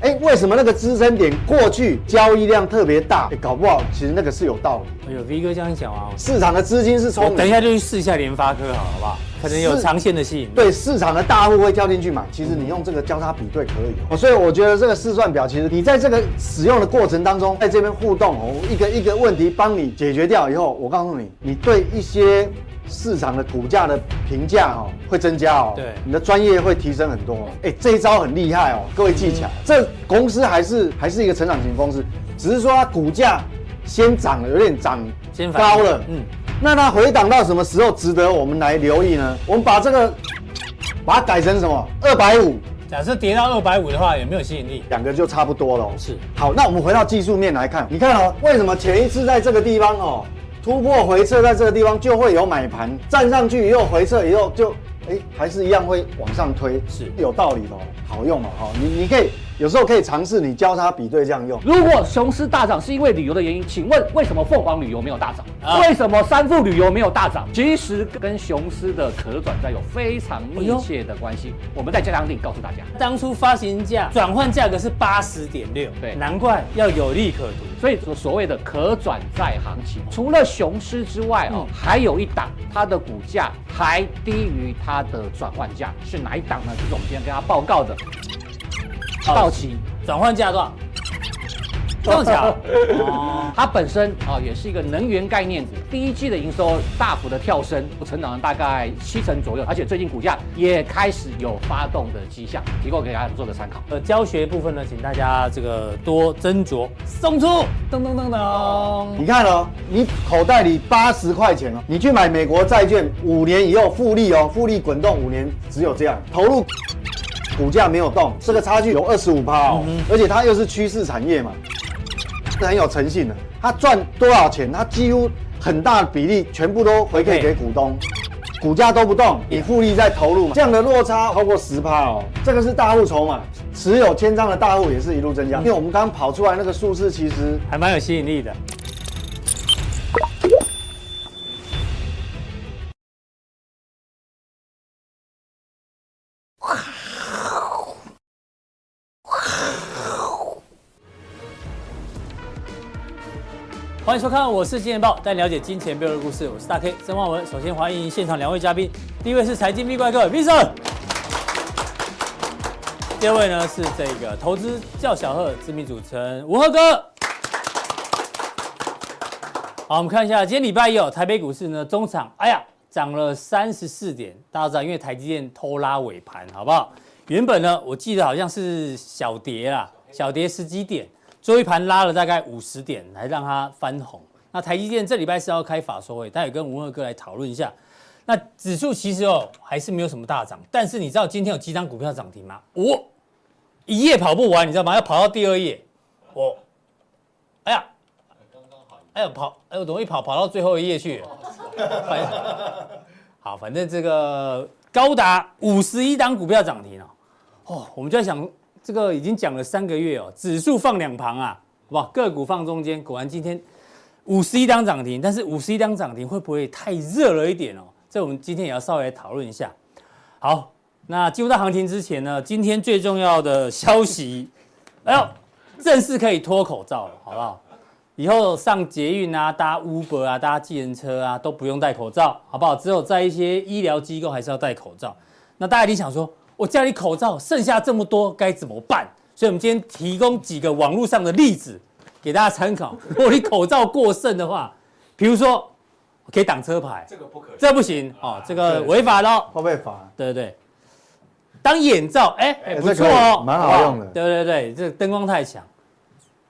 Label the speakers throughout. Speaker 1: 哎为什么那个支撑点过去交易量特别大？欸搞不好其实那个是有道理，
Speaker 2: 哎呦，V 哥这样一讲啊，
Speaker 1: 市场的资金是
Speaker 2: 我
Speaker 1: 从
Speaker 2: 等一下就去试一下联发科，好了好不好？可能有
Speaker 1: 是
Speaker 2: 长线的嗯吸引力。
Speaker 1: 对市场的大户会跳进去买，其实你用这个交叉比对可以哦。所以我觉得这个试算表，其实你在这个使用的过程当中，在这边互动哦，一个一个问题帮你解决掉以后，我告诉你，你对一些市场的股价的评价哦会增加哦，
Speaker 2: 对
Speaker 1: 你的专业会提升很多哦。哎，这一招很厉害哦，各位技巧，
Speaker 2: 嗯
Speaker 1: 这公司还是还是一个成长型公司，只是说它股价先涨了，有点涨
Speaker 2: 先反应
Speaker 1: 高了，嗯
Speaker 2: 嗯。
Speaker 1: 那它回档到什么时候值得我们来留意呢？我们把这个把它改成什么？二百五，
Speaker 2: 假设跌到二百五的话，有没有吸引力？
Speaker 1: 两个就差不多了哦。
Speaker 2: 是
Speaker 1: 好，那我们回到技术面来看，你看哦，为什么前一次在这个地方哦突破回撤，在这个地方就会有买盘，站上去以后回撤以后就。哎，还是一样会往上推，
Speaker 2: 是
Speaker 1: 有道理的、哦，好用哦。好，你你可以有时候可以尝试你交叉比对这样用。
Speaker 3: 如果雄狮大涨是因为旅游的原因，请问为什么凤凰旅游没有大涨？
Speaker 2: 啊
Speaker 3: 为什么三富旅游没有大涨？其实跟雄狮的可转债有非常密切的关系。我们在加强定告诉大家，
Speaker 2: 当初发行价转换价格是八十点六，
Speaker 3: 对
Speaker 2: 难怪要有利可图。
Speaker 3: 所以所所谓的可转债行情，除了雄狮之外哦，还有一档，它的股价还低于它的转换价，是哪一档呢？就是我们今天跟大家报告的道奇。
Speaker 2: 转换价多少？这 么巧？哦，
Speaker 3: 它本身啊、也是一个能源概念股，第一季的营收大幅的跳升，成长了大概七成左右，而且最近股价也开始有发动的迹象，提供给大家做个参考。
Speaker 2: 呃，教学部分呢，请大家这个多斟酌。送出，噔噔噔噔。
Speaker 1: 你看哦，你口袋里八十块钱哦，你去买美国债券，五年以后复利哦，复利滚动五年只有这样，投入股价没有动，这个差距有二十五趴哦，而且它又是趋势产业嘛，是很有诚信的，它赚多少钱，它几乎很大的比例全部都回馈给股东。股价都不动，你复利再投入嘛，这样的落差超过十趴哦，这个是大户筹码，持有千张的大户也是一路增加。因为我们刚跑出来那个数字，其实
Speaker 2: 还蛮有吸引力的。欢迎收看，我是金钱豹，带你了解金钱背后的故事。我是大 K 曾焕文。首先欢迎现场两位嘉宾，第一位是财经 B 怪客 Vincent，第二位呢是这个投资叫小贺知名主持人吴赫哥。好，我们看一下，今天礼拜一哦，台北股市呢，中场哎呀涨了三十四点，大家知道，因为台积电偷拉尾盘，好不好？原本呢，我记得好像是小跌啦，小跌十几点，最后一盘拉了大概五十点，来让它翻红。那台积电这礼拜是要开法说会，待会跟吴赫哥来讨论一下。那指数其实哦还是没有什么大涨，但是你知道今天有几张股票涨停吗？五、一夜跑不完，你知道吗？要跑到第二页，我，哎呀，哎呦跑，哎呦，怎么一跑跑到最后一页去？反好，反正这个高达五十一档股票涨停哦，哦，我们就在想，这个已经讲了三个月哦，指数放两旁啊，好不好？个股放中间，果然今天五十一档涨停，但是五十一档涨停会不会太热了一点哦？这我们今天也要稍微来讨论一下。好，那进入到行情之前呢，今天最重要的消息， 哎呦，正式可以脱口罩了，好不好？以后上捷运啊、搭 Uber 啊、搭计程车啊，都不用戴口罩，好不好？只有在一些医疗机构还是要戴口罩。那大家一定想说，我家里口罩剩下这么多，该怎么办？所以我们今天提供几个网络上的例子给大家参考。 如果你口罩过剩的话，比如说可以挡车牌，这个不可，这不行哦，这个违法喽。
Speaker 1: 会不会罚？啊
Speaker 2: 对对对，当眼罩，哎、哎、
Speaker 1: 哎
Speaker 2: 不
Speaker 1: 这
Speaker 2: 错
Speaker 1: 可以
Speaker 2: 哦，
Speaker 1: 蛮好
Speaker 2: 不
Speaker 1: 用的
Speaker 2: 对对对，这灯光太强，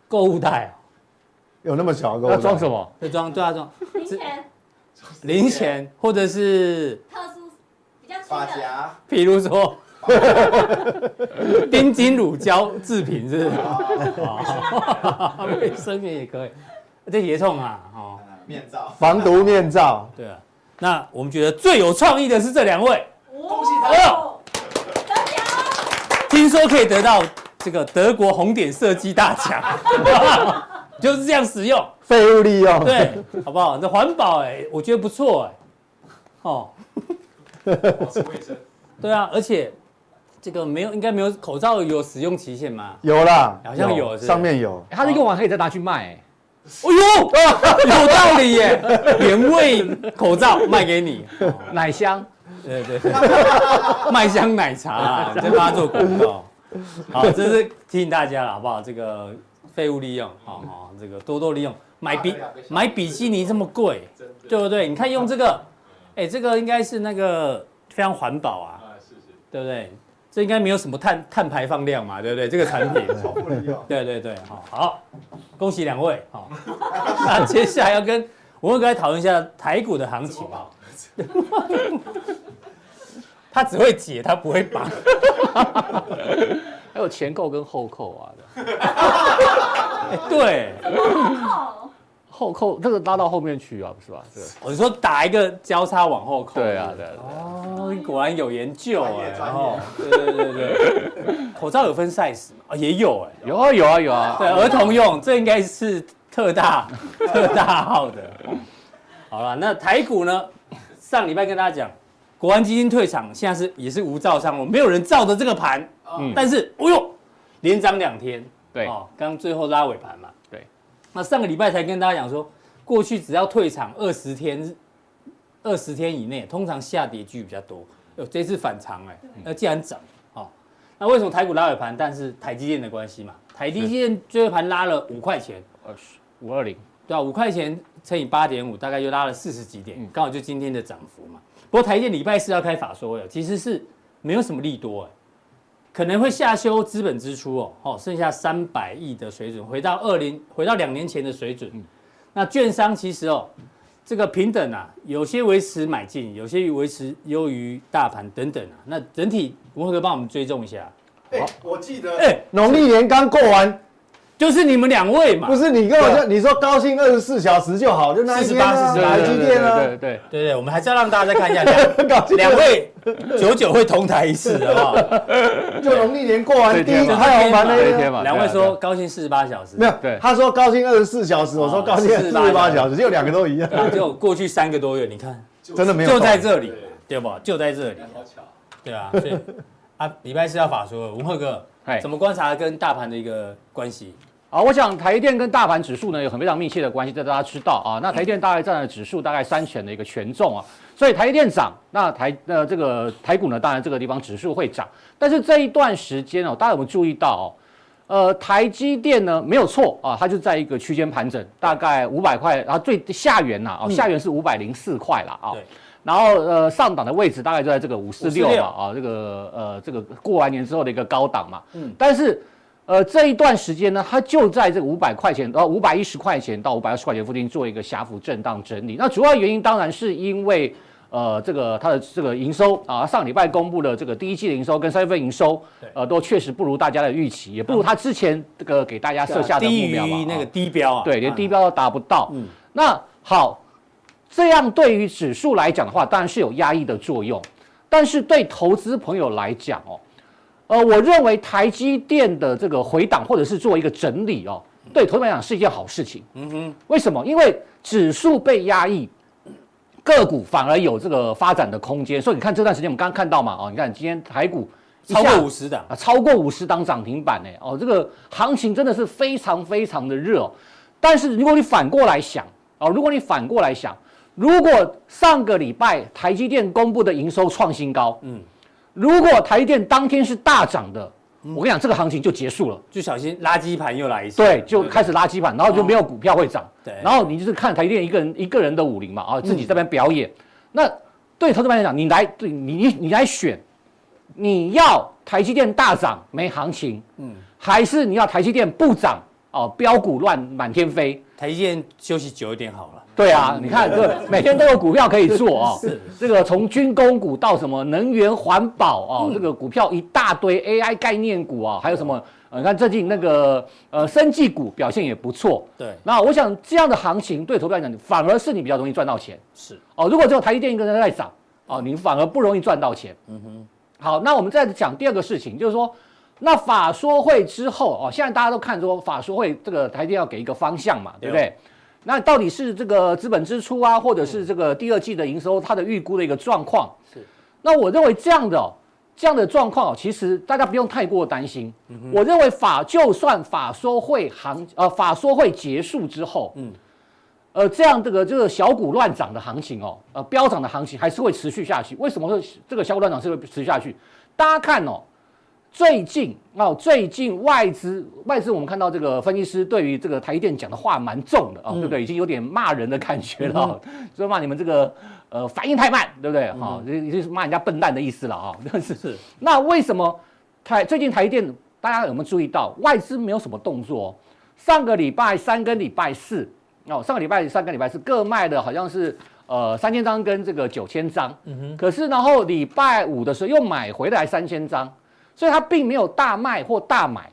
Speaker 2: 购物袋哦，
Speaker 1: 有那么小个？
Speaker 3: 要哦装什么？
Speaker 2: 这装对啊装
Speaker 4: 零钱
Speaker 2: 零钱，或者是
Speaker 4: 特殊比较粗
Speaker 5: 发
Speaker 4: 的，
Speaker 5: 夹，
Speaker 2: 比 如说冰晶乳胶制品是不是？哦卫生棉也可以，这也痛啊，哦，
Speaker 5: 呃面罩，
Speaker 1: 防毒面罩，
Speaker 2: 对啊。那我们觉得最有创意的是这两位，
Speaker 4: 恭
Speaker 5: 喜
Speaker 2: 他哦
Speaker 4: 得奖！
Speaker 2: 听说可以得到这个德国红点设计大奖， 就是这样使用。
Speaker 1: 废物利用。，
Speaker 2: 对，好不好？这环保哎、我觉得不错哎、哦，
Speaker 5: 保持卫生。
Speaker 2: 对啊，而且这个没有，应该没有口罩有使用期限吗？
Speaker 1: 有啦，
Speaker 2: 好像有是不是
Speaker 1: 上面有。
Speaker 3: 它是用完可以再拿去卖、哎
Speaker 2: 哎呦，有道理耶！原味口罩卖给你，
Speaker 3: 奶香。
Speaker 2: 对对 对，麦香奶茶、啊，你在帮他做广告。好，这是提醒大家了，好不好？这个废物利用，好、哦、好、这个多多利用。买比买比基尼这么贵，对不对？你看用这个，哎、这个应该是那个非常环保啊，对不对？这应该没有什么碳碳排放量嘛，对不对？这个产品，
Speaker 1: 哦
Speaker 2: 对对对，好、好，恭喜两位，好、 那接下来要跟我们哥来讨论一下台股的行情啊。他只会解，他不会绑。
Speaker 3: 还有前扣跟后扣啊的，
Speaker 2: 哎对，
Speaker 4: 哦，
Speaker 3: 后扣这个拉到后面去啊，不是吧？这个
Speaker 2: 我说打一个交叉往后扣。
Speaker 3: 对啊，对啊，对啊
Speaker 2: 哦，你果然有研究
Speaker 5: 专
Speaker 2: 哎。
Speaker 5: 业
Speaker 2: 然后，对对对对，口罩有分 size 吗？哦，也有哎。
Speaker 3: 有啊有啊有啊，
Speaker 2: 对，儿童用，这应该是特大特大号的。好了，那台股呢？上礼拜跟大家讲，国安基金退场，现在是也是无照商了，没有人照着这个盘。
Speaker 3: 嗯
Speaker 2: 但是，哎呦，连涨两天。
Speaker 3: 对
Speaker 2: 哦，刚最后拉尾盘嘛。
Speaker 3: 对，
Speaker 2: 那上个礼拜才跟大家讲说，过去只要退场二十天，二十天以内，通常下跌居比较多。有这次反常哎、
Speaker 3: 嗯
Speaker 2: 那既然涨，哦，那为什么台股拉尾盘？但是台积电的关系嘛，台积电最后盘拉了五块钱，
Speaker 3: 二十五二零，
Speaker 2: 对啊，五块钱乘以八点五，大概就拉了四十几点，刚、好就今天的涨幅嘛。不过台积电礼拜四要开法说会哦，其实是没有什么利多哎、可能会下修资本支出哦，哦，剩下三百亿的水准，回到二零，回到两年前的水准。那券商其实哦，这个平等啊，有些维持买进，有些维持优于大盘等等啊。那整体文辉哥帮我们追踪一下，
Speaker 5: 哎，我记得
Speaker 2: 哎、
Speaker 1: 农历年刚过完，
Speaker 2: 就是你们两位嘛，
Speaker 1: 不是你跟我说，你说高兴二十四小时就好，就那一天啊，
Speaker 2: 48对
Speaker 1: 台积电啊，
Speaker 3: 对对
Speaker 2: 对对，我们还是要让大家再 看一下两两位久久会同台一次，好 不好？
Speaker 1: 就农历年过完
Speaker 3: 对
Speaker 1: 第一
Speaker 3: 对
Speaker 1: 太阳盘那
Speaker 3: 对
Speaker 1: 一
Speaker 3: 对
Speaker 1: 天
Speaker 3: 对。嘛
Speaker 2: 两位
Speaker 3: 对
Speaker 2: 说
Speaker 3: 啊
Speaker 2: 高兴四十八小时，
Speaker 1: 没有，
Speaker 3: 对
Speaker 1: 他说高兴二十四小时，我说高兴四十八小时，就两个都一样，
Speaker 2: 啊就过去三个多月，你看
Speaker 1: 真的没有。
Speaker 2: 就在，这里，对不？就在这里， 对啊，所以啊，礼拜四要法说了，文赫哥
Speaker 3: 嗨
Speaker 2: 怎么观察跟大盘的一个关系？
Speaker 3: 好，我想台积电跟大盘指数呢有很非常密切的关系，这大家知道啊。那台积电大概占了指数大概三成的一个权重啊，所以台积电涨，那台呃这个台股呢，当然这个地方指数会涨，但是这一段时间哦，大家有没有注意到哦？呃，台积电呢没有错啊，它就在一个区间盘整，大概五百块，然后最下缘呐、啊，下缘是五百零四块啦啊。
Speaker 2: 对
Speaker 3: 然后呃上档的位置大概就在这个五四六
Speaker 2: 546
Speaker 3: 嘛啊，这个呃这个过完年之后的一个高档嘛。嗯，但是呃这一段时间呢，它就在这个五百块钱呃五百一十块钱到五百二十块钱附近做一个狭幅震荡整理。那主要原因当然是因为。呃，这个它的这个营收啊，上礼拜公布的这个第一季的营收跟三月份营收，呃，都确实不如大家的预期，也不如它之前这个给大家设下的目
Speaker 2: 低
Speaker 3: 标嘛。
Speaker 2: 于那
Speaker 3: 啊
Speaker 2: 个低标啊，
Speaker 3: 对，连
Speaker 2: 啊
Speaker 3: 低标都达不到。
Speaker 2: 嗯
Speaker 3: 那好，这样对于指数来讲的话，当然是有压抑的作用，但是对投资朋友来讲哦，呃，我认为台积电的这个回档或者是做一个整理哦，对投资朋友来讲是一件好事情。嗯哼，为什么？因为指数被压抑。个股反而有这个发展的空间，所以你看这段时间我们刚刚看到嘛，哦，你看今天台股一
Speaker 2: 超
Speaker 3: 下
Speaker 2: 过五十档，
Speaker 3: 啊，超过五十档涨停板呢。哦，这个行情真的是非常非常的热、哦。但是如果你反过来想，哦，如果你反过来想，如果上个礼拜台积电公布的营收创新高，嗯，如果台积电当天是大涨的，我跟你讲，这个行情就结束了。
Speaker 2: 就小心垃圾盘又来一次，
Speaker 3: 对，哦就开始拉基盘，然后就没有股票会涨。
Speaker 2: 对
Speaker 3: 然后你就是看台积电一个人一个人的武林嘛，啊，自己这边表演。那对投资者来讲，你来，对你你你来选，你要台积电大涨没行情，嗯，还是你要台积电不涨哦，标股乱满天飞？
Speaker 2: 台积电休息久一点好了，
Speaker 3: 对啊，你看这每天都有股票可以做啊、哦，这个从军工股到什么能源环保哦，这个股票一大堆 AI 概念股啊、还有什么呃，你看最近那个呃生技股表现也不错，
Speaker 2: 对，
Speaker 3: 那我想这样的行情对投资来讲，反而是你比较容易赚到钱
Speaker 2: 是
Speaker 3: 哦。如果只有台积电一个人在涨哦，你反而不容易赚到钱。嗯哼。好，那我们再讲第二个事情，就是说，那法说会之后哦，现在大家都看说法说会这个台积电要给一个方向嘛，对哦不对？那到底是这个资本支出嗯啊，或者是这个第二季的营收它的预估的一个状况？
Speaker 2: 是。
Speaker 3: 那我认为这样的哦、这样的状况哦，其实大家不用太过担心。我认为法就算法说会行呃法说会结束之后，
Speaker 2: 嗯
Speaker 3: 嗯，呃这样这个这个小股乱涨的行情哦，呃飙涨的行情还是会持续下去。为什么会这个小股乱涨是会持续下去？大家看哦，最近哦，最近外资外资，我们看到这个分析师对于这个台积电讲的话蛮重的啊、哦对不对？已经有点骂人的感觉了、哦， 就骂你们这个呃反应太慢，对不对？哈、这就是骂人家笨蛋的意思了 啊、但是
Speaker 2: 是
Speaker 3: 那为什么台最近台积电大家有没有注意到外资没有什么动作、哦？上个礼拜三跟礼拜四哦，上个礼拜三跟礼拜四各卖的好像是呃三千张跟这个九千张，可是然后礼拜五的时候又买回来三千张。所以它并没有大卖或大买，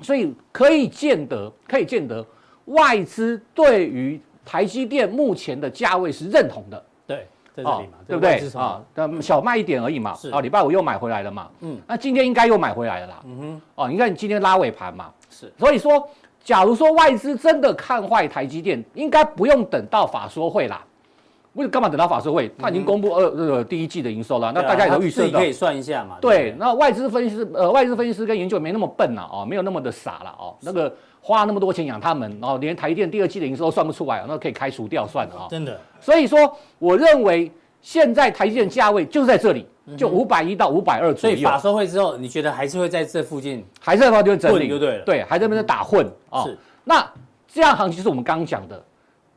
Speaker 3: 所以可以见得，可以见得外资对于台积电目前的价位是认同的，
Speaker 2: 对，在这里嘛
Speaker 3: 哦，对不
Speaker 2: 外
Speaker 3: 对
Speaker 2: 资什么
Speaker 3: 啊？那小卖一点而已嘛
Speaker 2: 是，
Speaker 3: 啊，礼拜五又买回来了嘛，
Speaker 2: 嗯
Speaker 3: 嗯，那今天应该又买回来了啦，
Speaker 2: 嗯
Speaker 3: 哦，你看你今天拉尾盘嘛，
Speaker 2: 是，
Speaker 3: 所以说，假如说外资真的看坏台积电，应该不用等到法说会啦。为干嘛等到法说会？他已经公布二呃第一季的营收了，
Speaker 2: 嗯
Speaker 3: 那
Speaker 2: 对啊
Speaker 3: 大家也
Speaker 2: 他
Speaker 3: 都预
Speaker 2: 自
Speaker 3: 测
Speaker 2: 己
Speaker 3: 到
Speaker 2: 可，以算一下嘛。
Speaker 3: 对，
Speaker 2: 不
Speaker 3: 那外资分析师呃，外资分析师跟研究员没那么笨呐、哦，没有那么的傻了哦。那个花那么多钱养他们，然、后连台电第二季的营收都算不出来，哦那可以开除掉算了啊、哦。
Speaker 2: 真的
Speaker 3: 所以说，我认为现在台积电价位就是在这里，就五百一到五百二
Speaker 2: 嗯所
Speaker 3: 左
Speaker 2: 以
Speaker 3: 右
Speaker 2: 法，收会之后，你觉得还是会在这附近？哦
Speaker 3: 还在那边整
Speaker 2: 混
Speaker 3: 理，
Speaker 2: 就对了嗯
Speaker 3: 对，还在那边打混啊、
Speaker 2: 是
Speaker 3: 那这样行情就是我们刚刚讲的，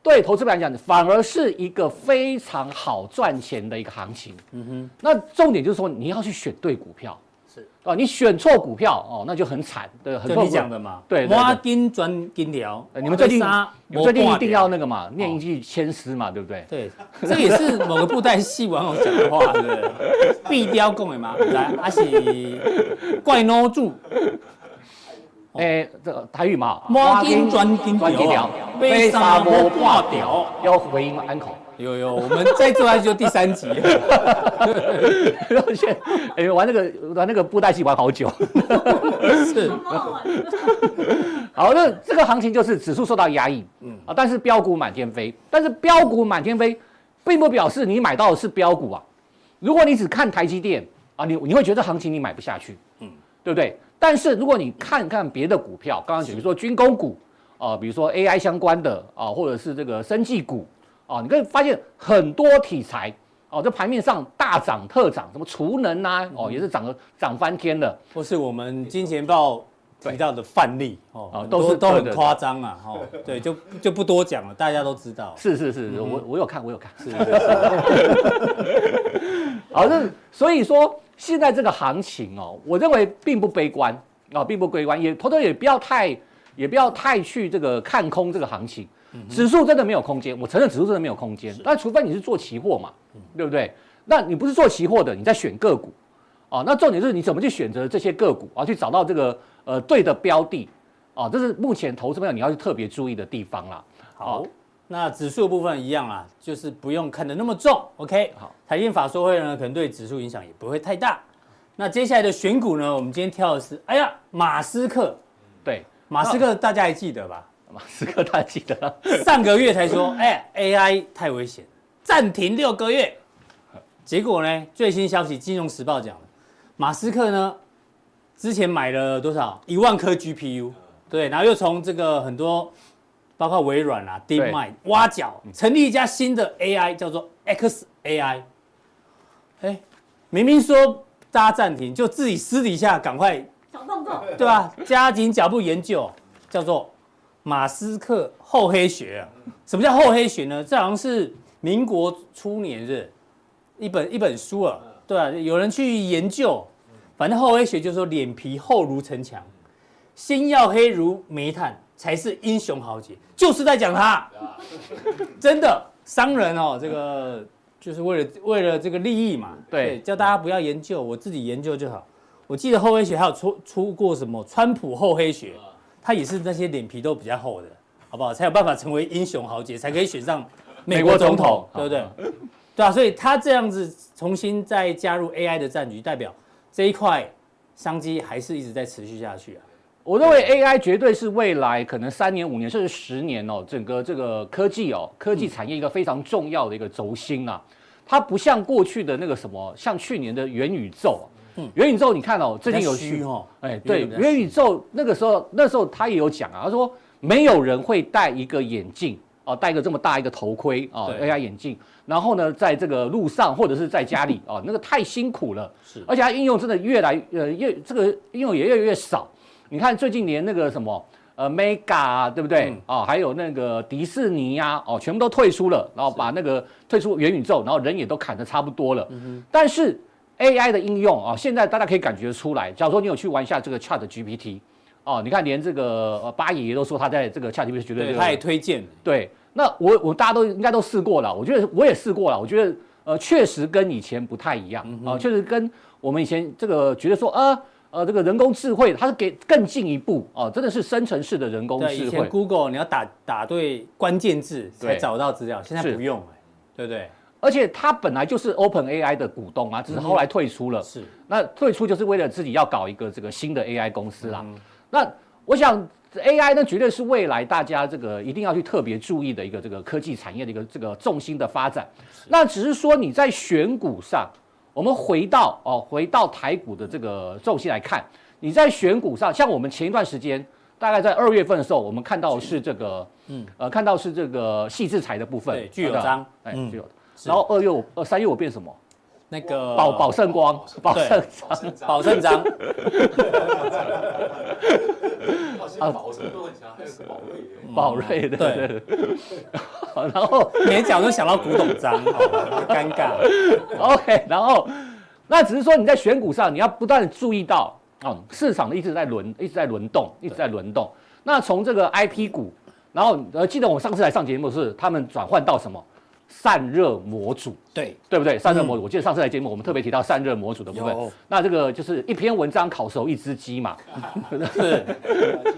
Speaker 3: 对投资者来讲，反而是一个非常好赚钱的一个行情。嗯哼，那重点就是说你要去选对股票。
Speaker 2: 是
Speaker 3: 啊，你选错股票哦，那就很惨，对，很
Speaker 2: 就
Speaker 3: 痛
Speaker 2: 你
Speaker 3: 苦。
Speaker 2: 讲的嘛，
Speaker 3: 对对对
Speaker 2: 挖金转金哦条
Speaker 3: 呃，你们最近
Speaker 2: 挖沙，
Speaker 3: 你们最近
Speaker 2: 磨
Speaker 3: 一
Speaker 2: 半
Speaker 3: 定
Speaker 2: 条
Speaker 3: 要那个嘛，念一句千诗嘛，对不对？
Speaker 2: 对，这也是某个布袋戏网友讲的话，对不对？ 必雕讲的嘛，来，阿是怪孬住，
Speaker 3: 哎，这个台语嘛，
Speaker 2: 摸金转金条，
Speaker 3: 被
Speaker 2: 被
Speaker 3: 沙
Speaker 2: 沙
Speaker 3: 漠
Speaker 2: 漠挂
Speaker 3: 挂掉，
Speaker 2: 掉。
Speaker 3: 要回应安口。
Speaker 2: 有有，我们再做下去就第三集 了。
Speaker 3: 然后现在 哎，玩那个玩那个布袋戏玩好久。
Speaker 2: 是
Speaker 4: 梦啊！
Speaker 3: 好，那这个行情就是指数受到压抑，嗯啊，但是标股满天飞，但是标股满天飞，并不表示你买到的是标股啊。如果你只看台积电啊，你你会觉得行情你买不下去，嗯，对不对？但是如果你看看别的股票，刚刚讲比如说军工股啊、比如说 AI 相关的啊、或者是这个生技股啊、你可以发现很多题材哦、这盘面上大涨特涨，什么储能啊，哦，也是涨了涨翻天了。
Speaker 2: 或是我们金钱豹提到的范例
Speaker 3: 啊
Speaker 2: 哦，都
Speaker 3: 都是
Speaker 2: 都
Speaker 3: 对
Speaker 2: 很
Speaker 3: 对
Speaker 2: 夸张啊，哦，对，就就不多讲了，大家都知道。
Speaker 3: 是是是，我我有看，我有看。
Speaker 2: 是是是，
Speaker 3: 好，那所以说现在这个行情哦，我认为并不悲观啊、并不悲观，也偷偷也不要太也不要太去这个看空这个行情。指数真的没有空间，我承认指数真的没有空间，但除非你是做期货嘛，对不对？那你不是做期货的，你在选个股啊、那重点就是你怎么去选择这些个股啊，去找到这个呃对的标的啊，这是目前投资朋友你要去特别注意的地方啦。
Speaker 2: 好
Speaker 3: 哦，
Speaker 2: 那指数的部分一样啊，就是不用看得那么重，OK。
Speaker 3: 好，
Speaker 2: 台电法说会呢，可能对指数影响也不会太大。那接下来的选股呢，我们今天挑的是，哎呀，马斯克，
Speaker 3: 对，
Speaker 2: 马斯克大家还记得吧？
Speaker 3: 马斯克大家记得啊。
Speaker 2: 上个月才说，哎，AI 太危险，暂停六个月。结果呢，最新消息，《金融时报》讲了，马斯克呢之前买了多少？一万颗 GPU，对，然后又从这个很多，包括微软啊、
Speaker 3: 对
Speaker 2: DeepMind 挖角，成立一家新的 AI，叫做 XAI。哎，明明说大家暂停，就自己私底下赶快
Speaker 4: 小动作，
Speaker 2: 对吧？加紧脚步研究，叫做马斯克厚黑学、啊。什么叫厚黑学呢？这好像是民国初年是一本一本书啊，对啊，有人去研究，反正厚黑学就是说脸皮厚如城墙，心要黑如煤炭，才是英雄豪杰，就是在讲他，真的商人哦，这个就是为了为了这个利益嘛，
Speaker 3: 对
Speaker 2: 叫大家不要研究，我自己研究就好。我记得厚黑学还有出出过什么川普厚黑学，他也是那些脸皮都比较厚的，好不好？才有办法成为英雄豪杰，才可以选上美国总统，
Speaker 3: 美
Speaker 2: 对不
Speaker 3: 国总统
Speaker 2: 对？对啊，所以他这样子重新再加入 AI 的战局，代表这一块商机还是一直在持续下去啊。
Speaker 3: 我认为 AI 绝对是未来可能三年、五年甚至十年哦，整个这个科技哦，科技产业一个非常重要的一个轴心啊。它不像过去的那个什么，像去年的元宇宙啊，元宇宙你看哦，最近有
Speaker 2: 嗯比较虚哦
Speaker 3: 哎，
Speaker 2: 有
Speaker 3: 对，
Speaker 2: 点比较
Speaker 3: 元宇宙那个时候那时候他也有讲啊，他说没有人会戴一个眼镜哦，戴一个这么大一个头盔哦
Speaker 2: 对
Speaker 3: ，AI 眼镜，然后呢，在这个路上或者是在家里哦，那个太辛苦了，
Speaker 2: 是
Speaker 3: 而且它应用真的越来呃越这个应用也越来越少。你看最近连那个什么呃 Mega 啊，对不对？
Speaker 2: 嗯
Speaker 3: 哦，还有那个迪士尼呀、哦，全部都退出了，然后把那个退出元宇宙，然后人也都砍得差不多
Speaker 2: 嗯
Speaker 3: 了。但是 AI 的应用啊、现在大家可以感觉出来，假如说你有去玩一下这个 Chat GPT，哦，你看连这个呃八爷也都说他在这个 Chat GPT 绝对
Speaker 2: 对，
Speaker 3: 六
Speaker 2: 他也推荐了
Speaker 3: 对，那我我大家都应该都试过了，我觉得我也试过了，我觉得呃确实跟以前不太一样
Speaker 2: 嗯
Speaker 3: 啊、确实跟我们以前这个觉得说呃呃这个人工智慧它是给更进一步哦、真的是生成式的人工
Speaker 2: 对，
Speaker 3: 智
Speaker 2: 以
Speaker 3: 慧
Speaker 2: 前。Google 你要打打对关键字才
Speaker 3: 对
Speaker 2: 找到资料，现在
Speaker 3: 是
Speaker 2: 不用哎，对不对？
Speaker 3: 而且它本来就是 Open AI 的股东啊，只是后来退出了。
Speaker 2: 是
Speaker 3: 那退出就是为了自己要搞一个这个新的 AI 公司啦。那我想 AI 呢，绝对是未来大家这个一定要去特别注意的一个这个科技产业的一个这个重心的发展。那只是说你在选股上，我们回到哦，回到台股的这个重心来看，你在选股上，像我们前一段时间。大概在二月份的时候，我们看到是这个，嗯，呃，看到是这个细制裁的部分，
Speaker 2: 对具有
Speaker 3: 对吧
Speaker 2: 章
Speaker 3: 哎，
Speaker 2: 嗯
Speaker 3: 具有。然后二月我，呃，三月我变什么？
Speaker 2: 那个
Speaker 3: 宝宝盛光，宝
Speaker 2: 对
Speaker 3: 盛
Speaker 2: 保证 章，
Speaker 5: 好
Speaker 1: 啊
Speaker 5: 像保什么都很强，还有个宝 瑞
Speaker 3: 宝瑞
Speaker 5: 耶。
Speaker 3: 的，
Speaker 2: 嗯对
Speaker 3: 对。好然后
Speaker 2: 每讲都想到古董章，好尴尬。
Speaker 3: OK，然后那只是说你在选股上，你要不断的注意到哦，市场一直在轮，一直在轮动，一直在轮动。那从这个 IP 股，然后呃，记得我上次来上节目是他们转换到什么散热模组，
Speaker 2: 对，
Speaker 3: 对不对？散热模组，我记得上次来节目我们特别提到散热模组的部
Speaker 2: 嗯有
Speaker 3: 分。那这个就是一篇文章烤熟一只鸡嘛，
Speaker 2: 是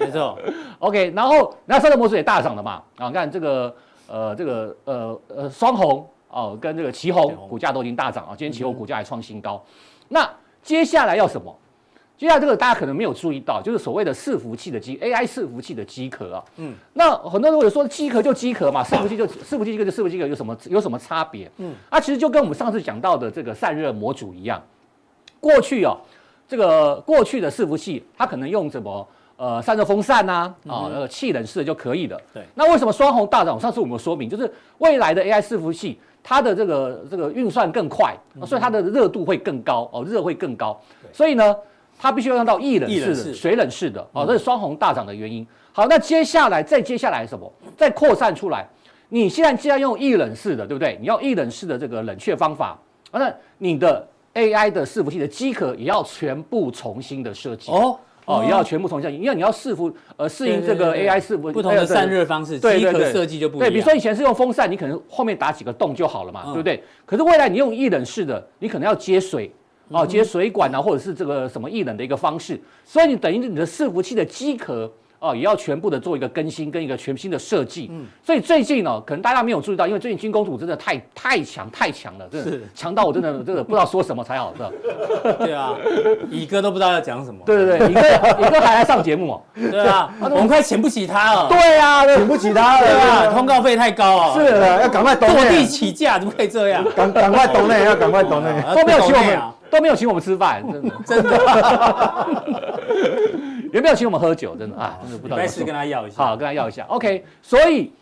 Speaker 2: 没错，
Speaker 3: OK，然后那三个模组也大涨了嘛，啊，你看这个呃这个呃呃双红哦、跟这个旗
Speaker 2: 旗
Speaker 3: 红
Speaker 2: 红
Speaker 3: 股价都已经大涨啊，今天旗红股价还创新高。那接下来要什么？接下来这个大家可能没有注意到，就是所谓的伺服器的机 AI 伺服器的机壳啊。嗯，那很多人会说机壳就机壳嘛，伺服器就伺服器就伺服器有什么有什么差别？嗯，啊，其实就跟我们上次讲到的这个散热模组一样，过去哦，这个过去的伺服器，它可能用什么呃散热风扇呐、啊，哦那个气冷式的就可以了。
Speaker 2: 嗯对
Speaker 3: 那为什么双红大涨？上次我们有说明，就是未来的 AI 伺服器，它的这个这个运算更快，
Speaker 2: 嗯
Speaker 3: 所以它的热度会更高哦，热会更高。所以呢，它必须要用到液冷
Speaker 2: 液冷
Speaker 3: 式
Speaker 2: 式嗯
Speaker 3: 的、水冷式的哦，这是双红大涨的原因。好，那接下来再接下来什么？再扩散出来。你现在既然用液冷式的，对不对？你要液冷式的这个冷却方法，啊那你的 AI 的伺服器的机壳也要全部重新的设计
Speaker 2: 哦
Speaker 3: 哦哦，也要全部重新设计，因为你要伺服呃适应这个
Speaker 2: 对对对
Speaker 3: AI 伺服
Speaker 2: 不同的散热方式，
Speaker 3: 对
Speaker 2: 机
Speaker 3: 对
Speaker 2: 壳
Speaker 3: 对，
Speaker 2: 设计就不一样。
Speaker 3: 对，比如说以前是用风扇，你可能后面打几个洞就好了嘛，
Speaker 2: 嗯
Speaker 3: 对不对？可是未来你用液冷式的，你可能要接水。
Speaker 2: 嗯
Speaker 3: 哦，接水管啊，或者是这个什么液冷的一个方式，所以你等于你的伺服器的机壳哦，也要全部的做一个更新跟一个全新的设计。
Speaker 2: 嗯
Speaker 3: 所以最近哦，可能大家没有注意到，因为最近军工组真的太太强太强了，真的
Speaker 2: 是
Speaker 3: 强到我真的真的不知道说什么才好，知道？
Speaker 2: 对啊，乙哥都不知道要讲什么。
Speaker 3: 对对对，你哥你哥还来上节目哦？
Speaker 2: 对啊，我们快请不起他了。
Speaker 3: 对呀、
Speaker 1: 请不起他
Speaker 2: 对啊，
Speaker 1: 了，
Speaker 2: 通告费太高
Speaker 1: 是
Speaker 2: 了，
Speaker 1: 了，要赶快懂
Speaker 2: 坐
Speaker 1: 内
Speaker 2: 地，起价，怎么可以这样？
Speaker 1: 赶赶快懂内，要赶快懂内。
Speaker 2: 啊
Speaker 3: 都没有请我
Speaker 2: 抖内
Speaker 3: 们
Speaker 2: 啊，
Speaker 3: 都没有请我们吃饭，真的真的， 也没有请我们喝酒，真的啊，真的不
Speaker 2: 礼
Speaker 3: 知道
Speaker 2: 拜
Speaker 3: 怎么
Speaker 2: 四
Speaker 3: 说。
Speaker 2: 跟他要一下。
Speaker 3: 好，跟他要一下，OK。所以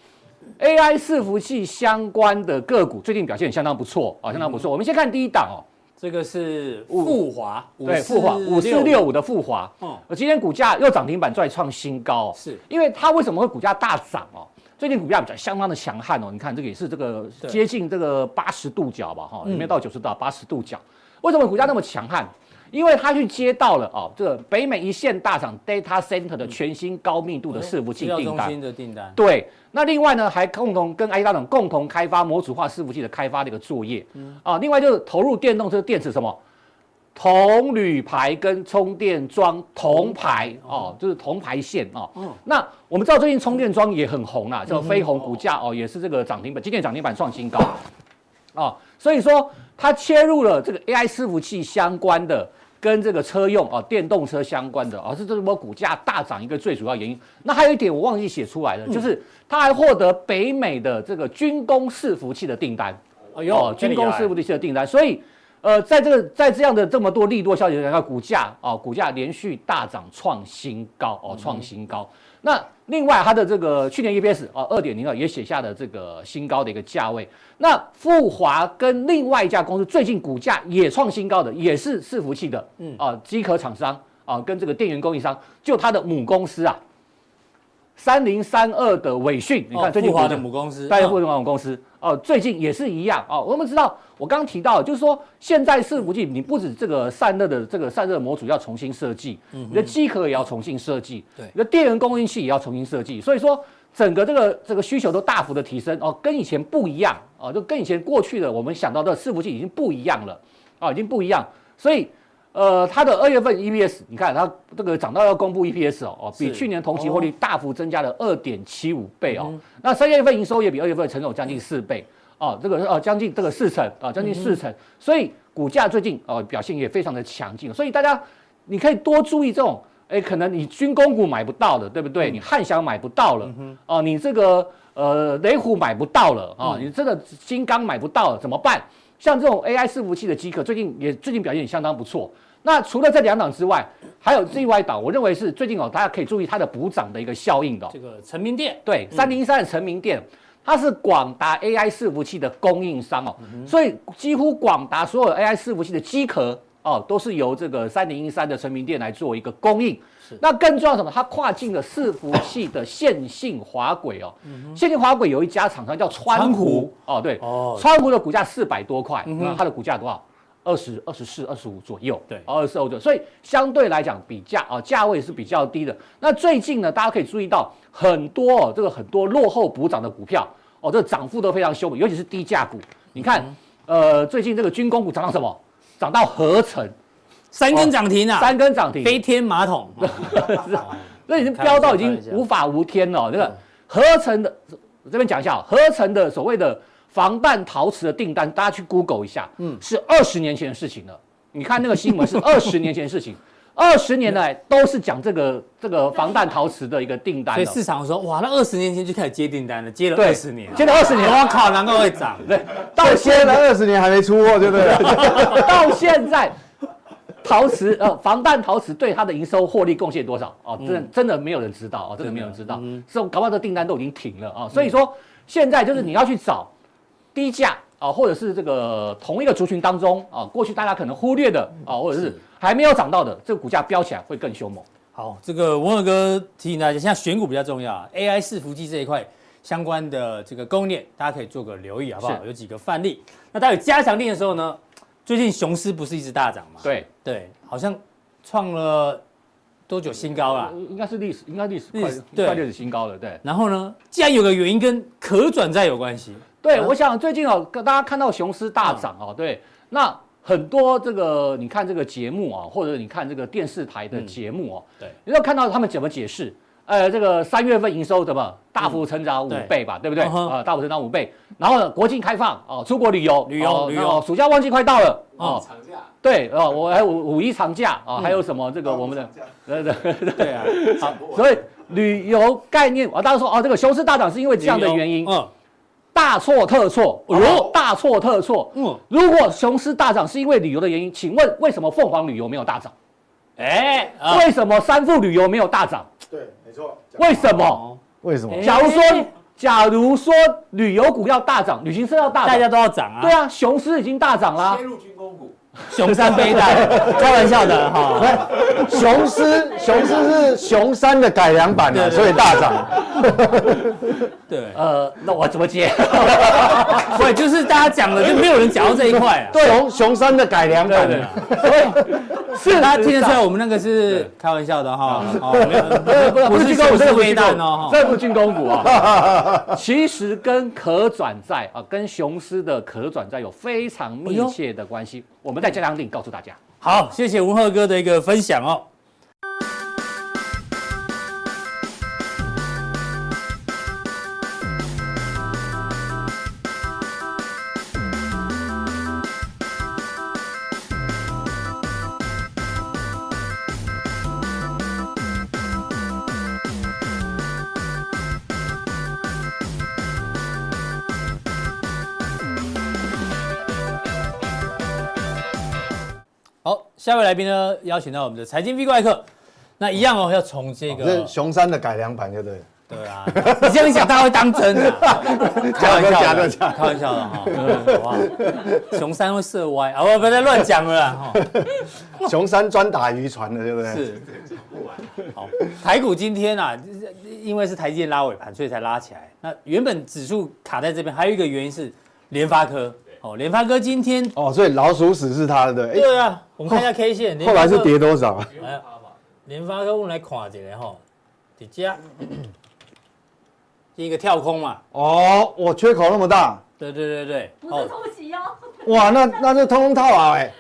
Speaker 3: AI 伺服器相关的个股最近表现相当不错啊，相当不错。我们先看第一档哦，
Speaker 2: 这个是富华，
Speaker 3: 对，富华五四六五的富华，
Speaker 2: 哦
Speaker 3: 我今天股价又涨停板，再创新高、哦，
Speaker 2: 是
Speaker 3: 因为它为什么会股价大涨哦？最近股价比较相当的强悍哦，你看这个也是这个
Speaker 2: 对嗯
Speaker 3: 接近这个八十度角吧，哈、也没有到九十度，八十度角。为什么股价那么强悍？因为它去接到了哦，这个北美一线大厂 data center 的全新高密度的伺服器
Speaker 2: 嗯哎资料
Speaker 3: 订
Speaker 2: 中
Speaker 3: 单，
Speaker 2: 心的订单。
Speaker 3: 对，那另外呢，还共同跟 i 大厂共同开发模组化伺服器的开发的一个作业、
Speaker 2: 嗯
Speaker 3: 啊。另外就是投入电动车电池什么铜铝牌跟充电桩铜牌哦，就是铜牌线哦。那我们知道最近充电桩也很红啦，这个飞鸿股价哦也是这个涨停板，今天涨停板创新高哦。所以说它切入了这个 AI 伺服器相关的。跟这个车用哦，电动车相关的，而、哦是这波股价大涨一个最主要原因。那还有一点我忘记写出来了，就是它还获得北美的这个军工伺服器的订单。
Speaker 2: 哎
Speaker 3: 哦，军工
Speaker 2: 事
Speaker 3: 伺服器的订单，所以呃，在这个在这样的这么多利多消息下，股价啊、股价连续大涨创新高
Speaker 2: 嗯
Speaker 3: 哦，创新高。那另外它的这个去年 EPS 啊二点零二也写下了这个新高的一个价位。那富华跟另外一家公司最近股价也创新高的，也是伺服器的，嗯啊，机壳厂商啊跟这个电源供应商，就它的母公司啊。三零三二的伟讯，你
Speaker 2: 哦
Speaker 3: 看最近
Speaker 2: 富华
Speaker 3: 股价
Speaker 2: 的母公司
Speaker 3: 大
Speaker 2: 嗯
Speaker 3: 家互联网公司哦，最近也是一样哦。我们知道，我刚刚提到，就是说现在伺服器，你不止这个散热的这个散热模组要重新设计，你的机壳也要重新设计，
Speaker 2: 嗯对
Speaker 3: 你的电源供应器也要重新设计，所以说。整个这个这个需求都大幅的提升哦，跟以前不一样哦，就跟以前过去的我们想到的伺服器已经不一样了哦，已经不一样。所以，呃，它的二月份 EPS，你看它这个涨到要公布 EPS 哦，哦，比
Speaker 2: 是
Speaker 3: 去年同期获利大幅增加了二点七五倍哦。
Speaker 2: 嗯
Speaker 3: 那三月份营收也比二月份成长将近四倍哦，这个呃将近这个四成啊、将近
Speaker 2: 嗯
Speaker 3: 四成，所以股价最近哦、表现也非常的强劲，所以大家你可以多注意这种。哎，可能你军工股买不到的，对不对？你汉翔买不到了，哦，你这个呃雷虎买不到了，啊、你这个金刚买不到了，怎么办？像这种 AI 伺服器的机壳，最近也最近表现也相当不错。那除了这两档之外，还有另外一档，我认为是最近哦，大家可以注意它的补涨的一个效应的哦、
Speaker 2: 这个成名店
Speaker 3: 对，三零一三的成名店，它是广达 AI 伺服器的供应商哦，
Speaker 2: 嗯
Speaker 3: 所以几乎广达所有 AI 伺服器的机壳哦，都是由这个三零一三的成名店来做一个供应。那更重要的是什么？它跨进了伺服器的线性滑轨哦，线性滑轨有一家厂商叫
Speaker 2: 嗯
Speaker 3: 川
Speaker 2: 川
Speaker 3: 湖
Speaker 2: 湖
Speaker 3: 哦，对，
Speaker 2: 哦嗯
Speaker 3: 川湖的股价四百多块，那它的股价多少？二十二十四、二十五左右，哦
Speaker 2: 对
Speaker 3: 二十四左右，所以相对来讲比价啊，价位是比较低的。那最近呢，大家可以注意到很多、哦、这个很多落后补涨的股票哦，这涨幅都非常凶猛，尤其是低价股。你
Speaker 2: 嗯
Speaker 3: 看，呃，最近这个军工股涨到什么？涨到合成
Speaker 2: 三根涨停啊，
Speaker 3: 哦三根涨停，
Speaker 2: 飞天马桶，
Speaker 3: 那已经飙到已经
Speaker 2: 看一下
Speaker 3: 无法无天了哦。
Speaker 2: 嗯
Speaker 3: 这个合成的，我这边讲一下哦，合成的所谓的防弹陶瓷的订单，大家去 Google 一下，嗯，是二十年前的事情了。你看那个新闻是二十年前的事情，二十年来都是讲这个这个防弹陶瓷的一个订单
Speaker 2: 所以
Speaker 3: 了。
Speaker 2: 市场说哇，那二十年前就开始接订单了，接了
Speaker 3: 对
Speaker 2: 二十年，
Speaker 3: 接了二十年，
Speaker 2: 我靠，难怪会涨。
Speaker 3: 对，到
Speaker 1: 歇
Speaker 3: 现
Speaker 1: 了
Speaker 3: 在
Speaker 1: 二十年还没出货，对不对？
Speaker 3: 到现在，陶瓷呃防弹陶瓷对它的营收获利贡献多少？哦，
Speaker 2: 嗯
Speaker 3: 真的、真的没有人知道哦，真的没有人知道，所以搞不好这订单都已经停了啊、
Speaker 2: 嗯
Speaker 3: 哦所以说现在就是你要去找低价啊、或者是这个同一个族群当中啊、过去大家可能忽略的啊、
Speaker 2: 嗯
Speaker 3: 或者是还没有涨到的，这个股价飙起来会更凶猛。
Speaker 2: 好，这个文尔哥提醒大家，现在选股比较重要啊，AI 伺服器这一块相关的这个供应链，大家可以做个留意，好不好？
Speaker 3: 是
Speaker 2: 有几个范例。那待会加强定的时候呢，最近雄狮不是一直大涨吗？
Speaker 3: 对，
Speaker 2: 对，好像创了多久新高啦？
Speaker 3: 应该是历史，应该历史
Speaker 2: 历
Speaker 3: 快
Speaker 2: 史对
Speaker 3: 快历史新高了，对。
Speaker 2: 然后呢，竟然有个原因跟可转债有关系，
Speaker 3: 对，
Speaker 2: 啊
Speaker 3: 我想最近哦，跟大家看到雄狮大涨哦，对，那很多这个你看这个节目啊，或者你看这个电视台的节目哦，
Speaker 2: 嗯对
Speaker 3: 你要看到他们怎么解释。呃，这个三月份营收怎么大幅成长五
Speaker 2: 嗯对
Speaker 3: 倍吧，对不对？
Speaker 2: 嗯哼
Speaker 3: 啊，大幅成长五倍。然后呢，国境开放哦，出国旅游，
Speaker 2: 旅游嗯
Speaker 3: 哦
Speaker 2: 旅
Speaker 3: 那
Speaker 2: 游
Speaker 3: 暑假旺季快到了哦，
Speaker 5: 长假，
Speaker 3: 对哦，我还有五五一长假
Speaker 2: 嗯
Speaker 3: 啊，还有什么这个我们的
Speaker 5: 长假
Speaker 3: 对对对
Speaker 2: 对 啊，
Speaker 3: 所以旅游概念啊，大家说哦，这个雄狮大涨是因为这样的原因，
Speaker 2: 嗯
Speaker 3: 大错特错，
Speaker 2: 哎呦
Speaker 3: 大错特错。
Speaker 2: 嗯，
Speaker 3: 如果雄狮大涨是因为旅游的原因，请问为什么凤凰旅游没有大涨？
Speaker 2: 哎啊，
Speaker 3: 为什么三富旅游没有大涨？
Speaker 5: 对，没错。
Speaker 3: 为什么？
Speaker 2: 哦
Speaker 1: 为什么？
Speaker 2: 哎
Speaker 3: 假如说
Speaker 2: 哎，
Speaker 3: 假如说旅游股要大涨，旅行社要大
Speaker 2: 大
Speaker 3: 涨，
Speaker 2: 家都要涨啊，
Speaker 3: 对，啊，雄狮已经大涨啦
Speaker 1: 啊
Speaker 5: 切。入军工股，
Speaker 2: 熊山飞 弹，开玩笑的哈。
Speaker 1: 雄狮，雄狮是熊山的改良版
Speaker 2: 对
Speaker 1: 啊，
Speaker 2: 对
Speaker 1: 所以大 涨。
Speaker 2: 对，
Speaker 3: 呃，那我怎么接？
Speaker 2: 对，就是大家讲了，就没有人讲到这一块 啊。
Speaker 1: 熊熊山的改良版啊，
Speaker 3: 是
Speaker 2: 大家听得出来，我们那个是开玩笑的哈，哦，没有
Speaker 3: 不是不是军
Speaker 2: 熊市
Speaker 3: 工股，这个不是
Speaker 2: 飞
Speaker 3: 军工
Speaker 2: 弹
Speaker 3: 股
Speaker 2: 哦，哈
Speaker 3: 这个不是军工股啊。其实跟可转债啊，跟雄狮的可转债有非常密
Speaker 2: 哎呦
Speaker 3: 切的关系。我们在加强定告诉大家。
Speaker 2: 好，谢谢文赫哥的一个分享哦。下一位来宾呢，邀请到我们的财经 V 怪客，那一样哦，要从这
Speaker 1: 这
Speaker 2: 个
Speaker 1: 是，熊山的改良版，就 对了。
Speaker 2: 对啊，你这样一讲，大家会当真 的啊，开玩笑
Speaker 1: 假的
Speaker 2: 的，
Speaker 1: 假的
Speaker 2: 开玩笑的哈，好不好？熊三会射歪啊，我不要再乱讲了啦，哈，
Speaker 1: 熊山专打渔船的，对不对？
Speaker 2: 是，好，台股今天啊，因为是台积电拉尾盘，所以才拉起来。那原本指数卡在这边，还有一个原因是联发科，哦，联发科今天，
Speaker 1: 哦，所以老鼠屎是他的，对不对。哎
Speaker 2: 对啊，我们看一下 K 线，联
Speaker 1: 后
Speaker 2: 发
Speaker 1: 来是
Speaker 2: 科
Speaker 1: 跌多少啊？
Speaker 2: 哎，联发科，我们来看一下吼，底价，第一个跳空嘛，
Speaker 1: 哦，我缺口那么大，
Speaker 2: 对对对对，
Speaker 4: 不是，偷袭哦，
Speaker 1: 哇，那那就通通套牢哎，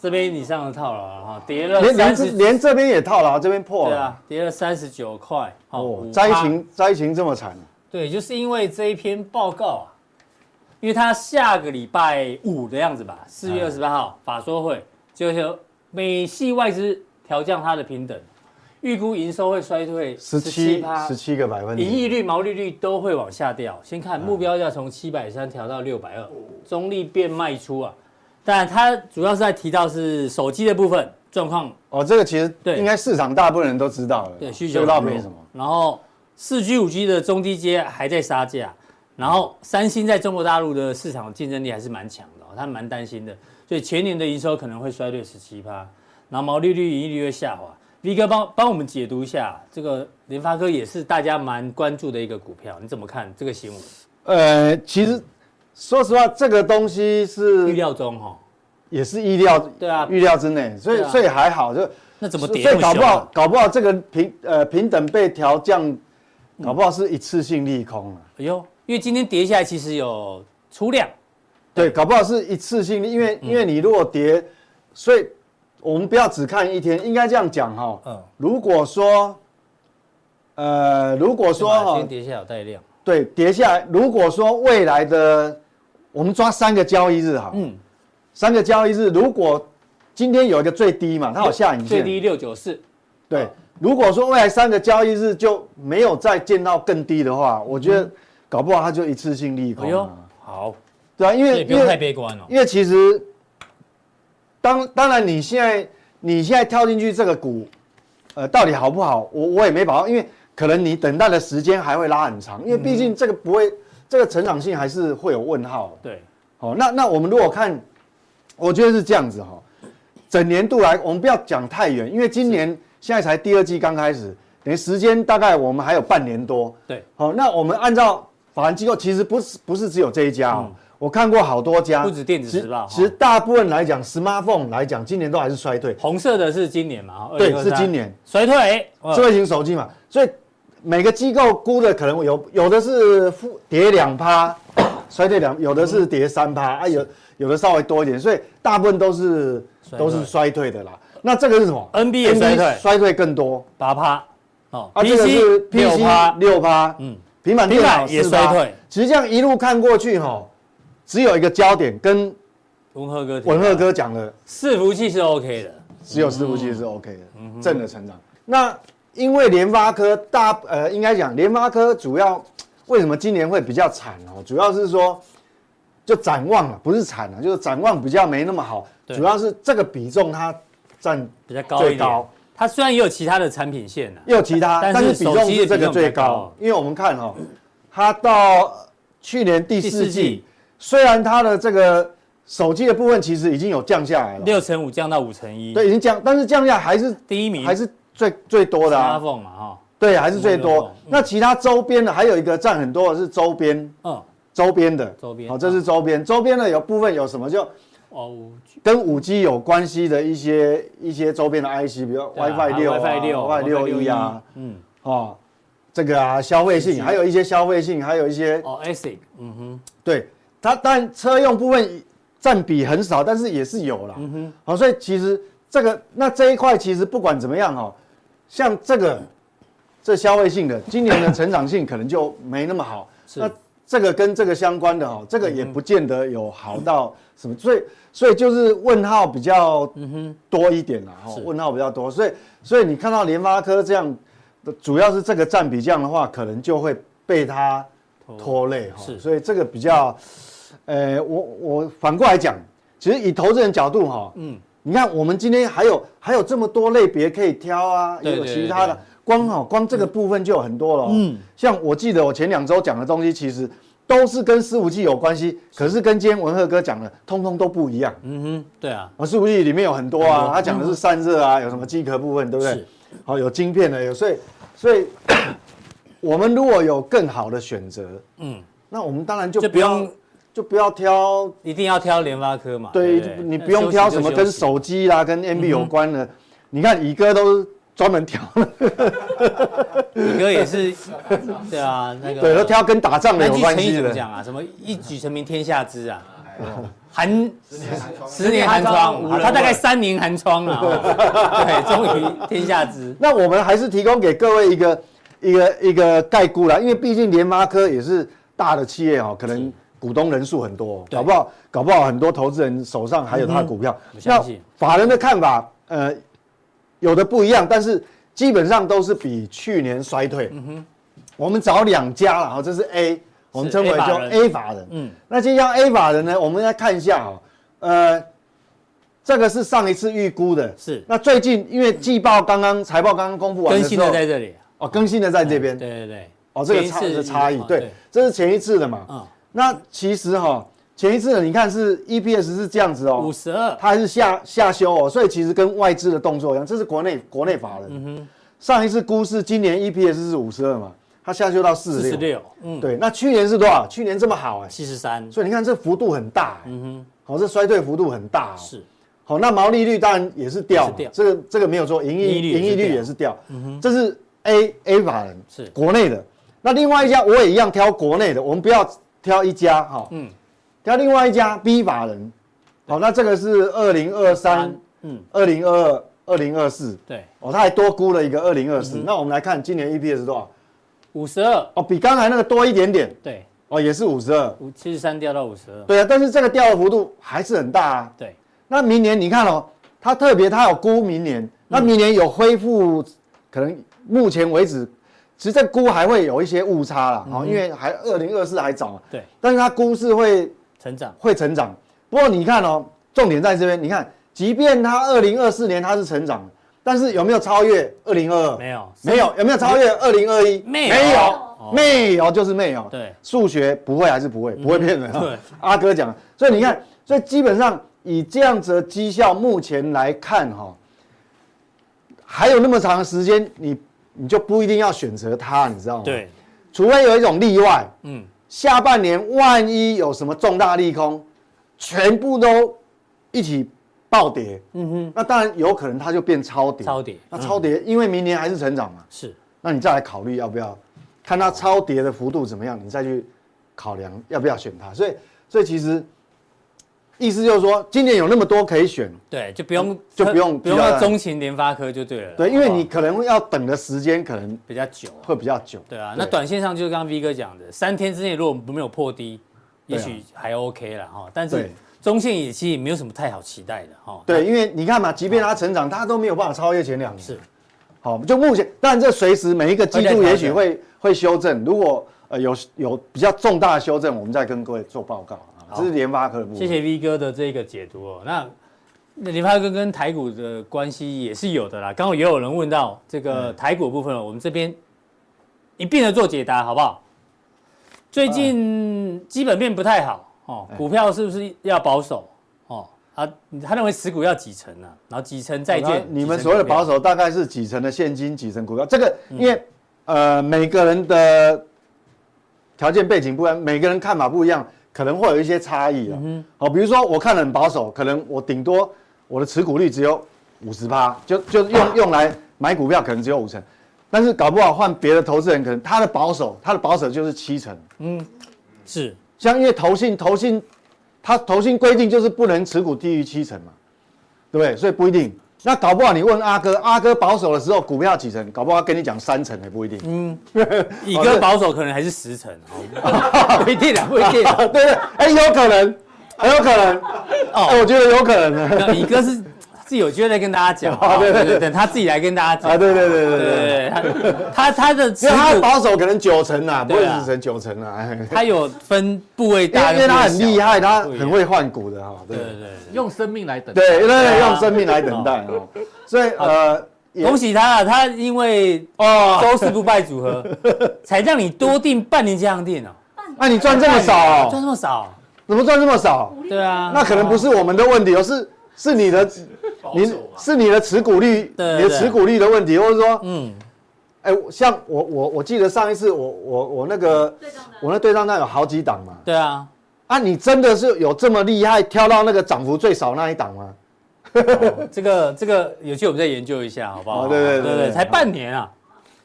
Speaker 2: 这边你上了套了啊哈，跌了
Speaker 1: 连连
Speaker 2: 三
Speaker 1: 这
Speaker 2: 十，
Speaker 1: 连这边也套牢，这边破
Speaker 2: 对
Speaker 1: 了。
Speaker 2: 啊，跌了三十九块，
Speaker 1: 哦
Speaker 2: 哦，，
Speaker 1: 灾
Speaker 2: 5%，
Speaker 1: 情灾情这么惨，
Speaker 2: 对，就是因为这一篇报告啊，因为它下个礼拜五的样子吧，四月二十八
Speaker 1: 嗯
Speaker 2: 号法说会，就是美系外资调降它的平等，预估营收会衰退
Speaker 1: 十七
Speaker 2: 17%
Speaker 1: 十七个百分
Speaker 2: 盈
Speaker 1: 点，
Speaker 2: 利率、毛利率都会往下掉。先
Speaker 1: 嗯
Speaker 2: 看目标价从七百三调到六百二，中立变卖出啊。但它主要是在提到是手机的部分状况，
Speaker 1: 哦，这个其实
Speaker 2: 对
Speaker 1: 应该市场大部分人都知道了，
Speaker 2: 对需求
Speaker 1: 知道
Speaker 2: 很弱
Speaker 1: 没什么。。
Speaker 2: 然后四 G、五 G 的中低阶还在杀价，然后三星在中国大陆的市场竞争力还是蛮强的、哦，他们蛮担心的，所以全年的营收可能会衰退十七趴，然后毛利率、盈利率会下滑。V 哥帮帮我们解读一下，这个联发科也是大家蛮关注的一个股票，你怎么看这个新闻？
Speaker 1: 呃，其实说实话，这个东西
Speaker 2: 预
Speaker 1: 是
Speaker 2: 料中哈、
Speaker 1: 也是意料
Speaker 2: 对啊
Speaker 1: 预料之内，所以
Speaker 2: 对啊
Speaker 1: 所以还好，就
Speaker 2: 那怎么跌
Speaker 1: 所
Speaker 2: 那
Speaker 1: 以
Speaker 2: 么
Speaker 1: 搞
Speaker 2: 凶啊、
Speaker 1: 不好搞不好这个平呃平等被调降，
Speaker 2: 嗯
Speaker 1: 搞不好是一次性利空啊了。
Speaker 2: 哎呦，因为今天跌下来其实有出量，
Speaker 1: 对，搞不好是一次性利，因为
Speaker 2: 嗯
Speaker 1: 因为你如果跌，所以我们不要只看一天，应该这样讲哈。
Speaker 2: 嗯，
Speaker 1: 如果说，呃，如果说
Speaker 2: 对吧今天
Speaker 1: 哈，
Speaker 2: 跌下来有带量，
Speaker 1: 对，跌下来，如果说未来的，我们抓三个交易日哈，
Speaker 2: 嗯，
Speaker 1: 三个交易日，如果今天有一个最低嘛，它有下影线，
Speaker 2: 最低六九四，
Speaker 1: 对，如果说未来三个交易日就没有再见到更低的话，我觉得搞不好它就一次性利
Speaker 2: 嗯哎
Speaker 1: 空、
Speaker 2: 呦
Speaker 1: 啊，，
Speaker 2: 好，
Speaker 1: 对啊，因
Speaker 2: 这
Speaker 1: 为
Speaker 2: 也不
Speaker 1: 因
Speaker 2: 用太
Speaker 1: 为
Speaker 2: 悲观哦。
Speaker 1: 因为其实，当当然你现在你现在跳进去这个股，呃，到底好不好，我我也没把握，因为可能你等待的时间还会拉很长，因为毕
Speaker 2: 嗯
Speaker 1: 竟这个不会，这个成长性还是会有问号的。
Speaker 2: 对，
Speaker 1: 好、那那我们如果看，我觉得是这样子哈、整年度来，我们不要讲太远，因为今年现在才第二季刚开始，等于时间大概我们还有半年多。
Speaker 2: 对，
Speaker 1: 好、那我们按照法人机构，其实不是不是只有这一家哦，我看过好多家，
Speaker 2: 嗯不止电子时报
Speaker 1: 其实大部分来讲，smartphone 来讲，今年都还是衰退，
Speaker 2: 红色的是今年嘛？哦
Speaker 1: 对
Speaker 2: 2023
Speaker 1: 是今年
Speaker 2: 衰退，哦
Speaker 1: 智慧型手机嘛，所以每个机构估的可能有有的是负跌两 趴，衰退两，有的是跌三趴
Speaker 2: 嗯
Speaker 1: 啊，有有的稍微多一点，所以大部分都是
Speaker 2: 衰退
Speaker 1: 都是衰退的啦。那这个是什么
Speaker 2: NB 也衰退
Speaker 1: 衰退更多
Speaker 2: 八趴哦
Speaker 1: 啊，这个是
Speaker 2: PC 六趴，
Speaker 1: 六趴，
Speaker 2: 嗯
Speaker 1: 嗯，平板电
Speaker 2: 平
Speaker 1: 脑
Speaker 2: 板也
Speaker 1: 4%
Speaker 2: 衰退。
Speaker 1: 其实这样一路看过去哈，只有一个焦点，跟
Speaker 2: 文赫哥提到，
Speaker 1: 文赫哥讲的
Speaker 2: 伺服器是 OK 的，
Speaker 1: 只有伺服器是
Speaker 2: 嗯
Speaker 1: OK 的，正的成长。那因为联发科大呃，应该讲联发科主要为什么今年会比较惨哦？主要是说就展望了，不是惨啊了，就是展望比较没那么好。
Speaker 2: 对
Speaker 1: 主要是这个比重它占
Speaker 2: 比较高一
Speaker 1: 最
Speaker 2: 点
Speaker 1: 高。，
Speaker 2: 它虽然也有其他的产品线啊呐，
Speaker 1: 也有其他，
Speaker 2: 但
Speaker 1: 但
Speaker 2: 是
Speaker 1: 是比重
Speaker 2: 手机的
Speaker 1: 是这
Speaker 2: 比
Speaker 1: 个
Speaker 2: 重比
Speaker 1: 最
Speaker 2: 较高
Speaker 1: 高。因为我们看哈，它到去年第
Speaker 2: 第
Speaker 1: 四
Speaker 2: 四
Speaker 1: 季
Speaker 2: 季，
Speaker 1: 虽然它的这个手机的部分其实已经有降下来了，
Speaker 2: 六乘五降到五乘一，
Speaker 1: 对，已经降，但是降下来还是
Speaker 2: 第一名
Speaker 1: 还是最最多的啊，
Speaker 2: iPhone 嘛哦
Speaker 1: 对，还是最多
Speaker 2: iPhone，嗯。
Speaker 1: 那其他周边的还有一个占很多的是周边，
Speaker 2: 哈，
Speaker 1: 周边的，
Speaker 2: 周边
Speaker 1: 好，这是周边，周边的有部分有什么就
Speaker 2: 嗯，哦，
Speaker 1: 跟五 G 有关系的一些一些周边的 IC，比如
Speaker 2: 对啊
Speaker 1: WiFi 六、
Speaker 2: WiFi 六、
Speaker 1: WiFi 六一啊，，
Speaker 2: 嗯，
Speaker 1: 哦，这个啊，消费性，还有一些消费性，还有一些
Speaker 2: 哦，ASIC，嗯哼，
Speaker 1: 对它，但车用部分占比很少，但是也是有啦。
Speaker 2: 嗯
Speaker 1: 好，所以其实这个那这一块其实不管怎么样哦，像这个这消费性的，今年的成长性可能就没那么好。
Speaker 2: 是
Speaker 1: 那这个跟这个相关的哦，这个也不见得有好到什么，
Speaker 2: 嗯
Speaker 1: 所以所以就是问号比较多一点啦，哈
Speaker 2: 是，
Speaker 1: 问号比较多，所以所以你看到联发科这样的，主要是这个占比这样的话，可能就会被它拖累哈，
Speaker 2: 是
Speaker 1: 所以这个比较，呃，我我反过来讲，其实以投资人角度哈，嗯，你看我们今天还有还有这么多类别可以挑啊，
Speaker 2: 对
Speaker 1: 也有
Speaker 2: 对
Speaker 1: 其他
Speaker 2: 对嗯
Speaker 1: 的，光好光这个部分就有很多了、嗯，像我记得我前两周讲的东西，其实都是跟伺服器有关系，可是跟今天文鹤哥讲的，通通都不一样。
Speaker 2: 嗯哼，对啊，
Speaker 1: 啊，伺服器里面有很多
Speaker 2: 很
Speaker 1: 啊，
Speaker 2: 多嗯
Speaker 1: 他讲的是散热啊，有什么机壳部分，对不对
Speaker 2: 是？
Speaker 1: 好，有晶片的，有所以所以 我们如果有更好的选择，
Speaker 2: 嗯
Speaker 1: 嗯，那我们当然就
Speaker 2: 就
Speaker 1: 不
Speaker 2: 不
Speaker 1: 要
Speaker 2: 用
Speaker 1: 就不要挑，
Speaker 2: 一定要挑联发科嘛。
Speaker 1: 对
Speaker 2: 不对
Speaker 1: 你不用挑什么跟，手机啦、跟 NB
Speaker 2: 嗯
Speaker 1: 有关的。你看乙哥都是专门挑，
Speaker 2: 那休息就休息宇哥也是，对啊，那个
Speaker 1: 对，都挑跟打仗的
Speaker 2: 那
Speaker 1: 有
Speaker 2: 句
Speaker 1: 关
Speaker 2: 成语
Speaker 1: 系
Speaker 2: 怎么
Speaker 1: 的。
Speaker 2: 讲啊？什么一举成名天下知啊？
Speaker 1: 哎
Speaker 5: 哎
Speaker 2: 寒十
Speaker 3: 十
Speaker 2: 年
Speaker 3: 年
Speaker 2: 寒
Speaker 3: 寒
Speaker 2: 窗
Speaker 3: 窗，
Speaker 2: 啊他大概三年寒窗 了，哦对，终于天下知。
Speaker 1: 那我们还是提供给各位一个一个一个概估啦，因为毕竟联发科也是大的企业哦，可能股东人数很多，
Speaker 2: 对
Speaker 1: 搞不好搞不好很多投资人手上还有他的股票。
Speaker 2: 我相信
Speaker 1: 法人的看法，呃，有的不一样，但是基本上都是比去年衰退。嗯哼，我们找两家了，哦，这是 A，我们称为
Speaker 2: A
Speaker 1: 叫
Speaker 2: 法人
Speaker 1: A 法人。
Speaker 2: 嗯
Speaker 1: 嗯，那接下来 A 法人呢，我们来看一下哦，呃，这个是上一次预估的，
Speaker 2: 是
Speaker 1: 那最近因为季报刚刚财报刚刚公布完
Speaker 2: 更
Speaker 1: 的时
Speaker 2: 新
Speaker 1: 候，
Speaker 2: 的在这里，啊
Speaker 1: 哦更新的在这边，
Speaker 2: 对对对。
Speaker 1: 哦这个
Speaker 2: 前一
Speaker 1: 差
Speaker 2: 次
Speaker 1: 的差异
Speaker 2: 哦，
Speaker 1: 对，这是前一次的嘛，
Speaker 2: 嗯
Speaker 1: 那其实哈、前一次的你看是 EPS 是这样子哦，
Speaker 2: 五十二，
Speaker 1: 它还是下下修哦，所以其实跟外资的动作一样，这是国内国内法人。
Speaker 2: 嗯
Speaker 1: 上一次估是今年 EPS 是五十二嘛，它下修到四
Speaker 2: 四
Speaker 1: 十
Speaker 2: 十
Speaker 1: 六。
Speaker 2: 六，嗯，
Speaker 1: 对，那去年是多少？去年这么好哎、
Speaker 2: 七十三，
Speaker 1: 所以你看这幅度很大、嗯哼，好、这衰退幅度很大、哦。
Speaker 2: 是
Speaker 1: 好、那毛利率当然也是掉嘛，
Speaker 2: 也是掉
Speaker 1: 这个这个没有错，盈
Speaker 2: 盈利率
Speaker 1: 利
Speaker 2: 也是
Speaker 1: 盈利率
Speaker 2: 掉嗯
Speaker 1: 也是掉。这是 A A 法人
Speaker 2: 是
Speaker 1: 国内的，那另外一家我也一样挑国内的，我们不要挑一家哈、
Speaker 2: 嗯
Speaker 1: 嗯，挑另外一家 B 法人。好、那这个是二零二三，
Speaker 2: 嗯
Speaker 1: 嗯，二零二二、二零二四，
Speaker 2: 对，嗯
Speaker 1: 哦，他还多估了一个二零二四。那我们来看今年 EPS 多少？
Speaker 2: 五十二，
Speaker 1: 哦，比刚才那个多一点点，
Speaker 2: 对，
Speaker 1: 哦，也是五十二。
Speaker 2: 五七十三掉到五十二，
Speaker 1: 对啊，但是这个掉的幅度还是很大啊。
Speaker 2: 对，
Speaker 1: 那明年你看哦，它特别它有估明年，那明年有恢复，可能目前为止，其实这估还会有一些误差啦，哦，因为还二零二四还早嘛，
Speaker 2: 对，
Speaker 1: 但是它估是会
Speaker 2: 成长，
Speaker 1: 会成长。不过你看哦，重点在这边，你看，即便它二零二四年它是成长的，但是有没有超越二零二二？
Speaker 2: 没有
Speaker 1: 没有，有没有超越二零二一？
Speaker 2: 没有
Speaker 1: 没
Speaker 2: 哦
Speaker 1: 有，没有，就是没有。
Speaker 2: 对嗯
Speaker 1: 数学不会还是不会，不会骗人啊。
Speaker 2: 对
Speaker 1: 阿哥讲，所以你看，所以基本上以这样子的绩效，目前来看哈、还有那么长的时间，你你就不一定要选择它，你知道吗？，
Speaker 2: 对，
Speaker 1: 除非有一种例外，
Speaker 2: 嗯，
Speaker 1: 下半年万一有什么重大利空，全部都一起暴跌，嗯哼，那当然有可能它就变超跌，
Speaker 2: 超跌嗯
Speaker 1: 那超跌，因为明年还是成长嘛，
Speaker 2: 是
Speaker 1: 那你再来考虑要不要，看它超跌的幅度怎么样，你再去考量 要不要选它。所以，所以其实意思就是说，今年有那么多可以选，
Speaker 2: 对，就不用
Speaker 1: 就不用
Speaker 2: 不用
Speaker 1: 比较
Speaker 2: 要钟情联发科就对啊了啦，
Speaker 1: 对，因为
Speaker 2: 好不好
Speaker 1: 你可能要等的时间可能
Speaker 2: 比较久啊，
Speaker 1: 会比较久。
Speaker 2: 对啊，那短线上就是刚刚 V 哥讲的，三天之内如果没有破低，也
Speaker 1: 对啊
Speaker 2: 许还 OK 了哈，但是
Speaker 1: 对
Speaker 2: 中线也其实也没有什么太好期待的哈，
Speaker 1: 对，因为你看嘛，即便它成长，它都没有办法超越前两年。
Speaker 2: 是，
Speaker 1: 好，就目前，但这随时每一个季
Speaker 2: 会再调
Speaker 1: 度
Speaker 2: 整
Speaker 1: 也许会会修正，如果呃有有比较重大的修正，我们再跟各位做报告啊。这是联发科的部分。
Speaker 2: 谢谢 V 哥的这个解读哦。那那联发哥跟台股的关系也是有的啦。刚好也有人问到这
Speaker 1: 嗯
Speaker 2: 个台股部分了，我们这边一并的做解答，好不好？最近基本面不太好
Speaker 1: 哎
Speaker 2: 哦，股票是不是要保守哦？他他认为持股要几成啊？然后几成债
Speaker 1: 好
Speaker 2: 券
Speaker 1: 那？你们
Speaker 2: 几成
Speaker 1: 所谓的
Speaker 2: 股票嗯
Speaker 1: 保，守大概是几成的现金，几成股票？这个因为、呃每个人的条件背景不一样，每个人看法不一样，可能会有一些差异
Speaker 2: 嗯
Speaker 1: 啊。好，比如说我看得很保守，可能我顶多我的持股率只有五十趴，就就用用来买股票可能只有五成，但是搞不好换别的投资人，可能他的保守，他的保守就是七成。
Speaker 2: 是
Speaker 1: 像因为投信，投信它投信规定就是不能持股低于七成嘛，对不对？所以不一定。那搞不好你问阿哥，阿哥保守的时候股票几成，搞不好他跟你讲三成也不一定。
Speaker 2: 嗯以哥保守可能还是十成 哦，不一定啊，不一定啊。
Speaker 1: 对不对，哎、有可能，很有可能。
Speaker 2: 哦
Speaker 1: 哎，我觉得有可能。
Speaker 2: 那以哥是自己有机会再跟大家讲，
Speaker 1: 啊对对对
Speaker 2: 等他自己来跟大家讲
Speaker 1: 啊，对对对对
Speaker 2: 对
Speaker 1: 对对，
Speaker 2: 对对，他他他的持
Speaker 1: 因为他的
Speaker 2: 股，
Speaker 1: 保守可能九成啊，不会
Speaker 2: 对啊
Speaker 1: 十成九成啊，
Speaker 2: 他有分部位
Speaker 1: 因
Speaker 2: 大
Speaker 1: 为因
Speaker 2: 跟部位小，
Speaker 1: 为他很厉害，他
Speaker 2: 不一样
Speaker 1: 很会换股的哈，
Speaker 2: 对
Speaker 1: 对
Speaker 2: 对对对
Speaker 3: 用生命来等待。
Speaker 1: 对，因为
Speaker 2: 啊
Speaker 1: 用生命来等待哦，所以呃，
Speaker 2: 对，
Speaker 1: 也
Speaker 2: 恭喜他啊！他因为
Speaker 1: 哦，
Speaker 2: 周四不败 组合，才让你多订半年家常店哦，
Speaker 1: 那哎你赚这么少
Speaker 2: 赚
Speaker 1: 哦，
Speaker 2: 这么少，
Speaker 1: 怎么赚这么少？
Speaker 2: 对啊，
Speaker 1: 那可能不是我们的问题哦，是是你的
Speaker 5: 保
Speaker 1: 你
Speaker 5: 守嘛，
Speaker 1: 是你的持股率，
Speaker 2: 对
Speaker 1: 你的
Speaker 2: 对
Speaker 1: 持股率的问题，或者说，
Speaker 2: 嗯，
Speaker 1: 哎，像我我我记得上一次我我我那个
Speaker 4: 最重的
Speaker 1: 我那对账单有好几档嘛，
Speaker 2: 对啊，
Speaker 1: 啊，你真的是有这么厉害，挑到那个涨幅最少那一档吗？
Speaker 2: 这个这个有机会我们再研究一下，好不好？
Speaker 1: 哦对对对
Speaker 2: 对
Speaker 1: 对
Speaker 2: 才半年啊，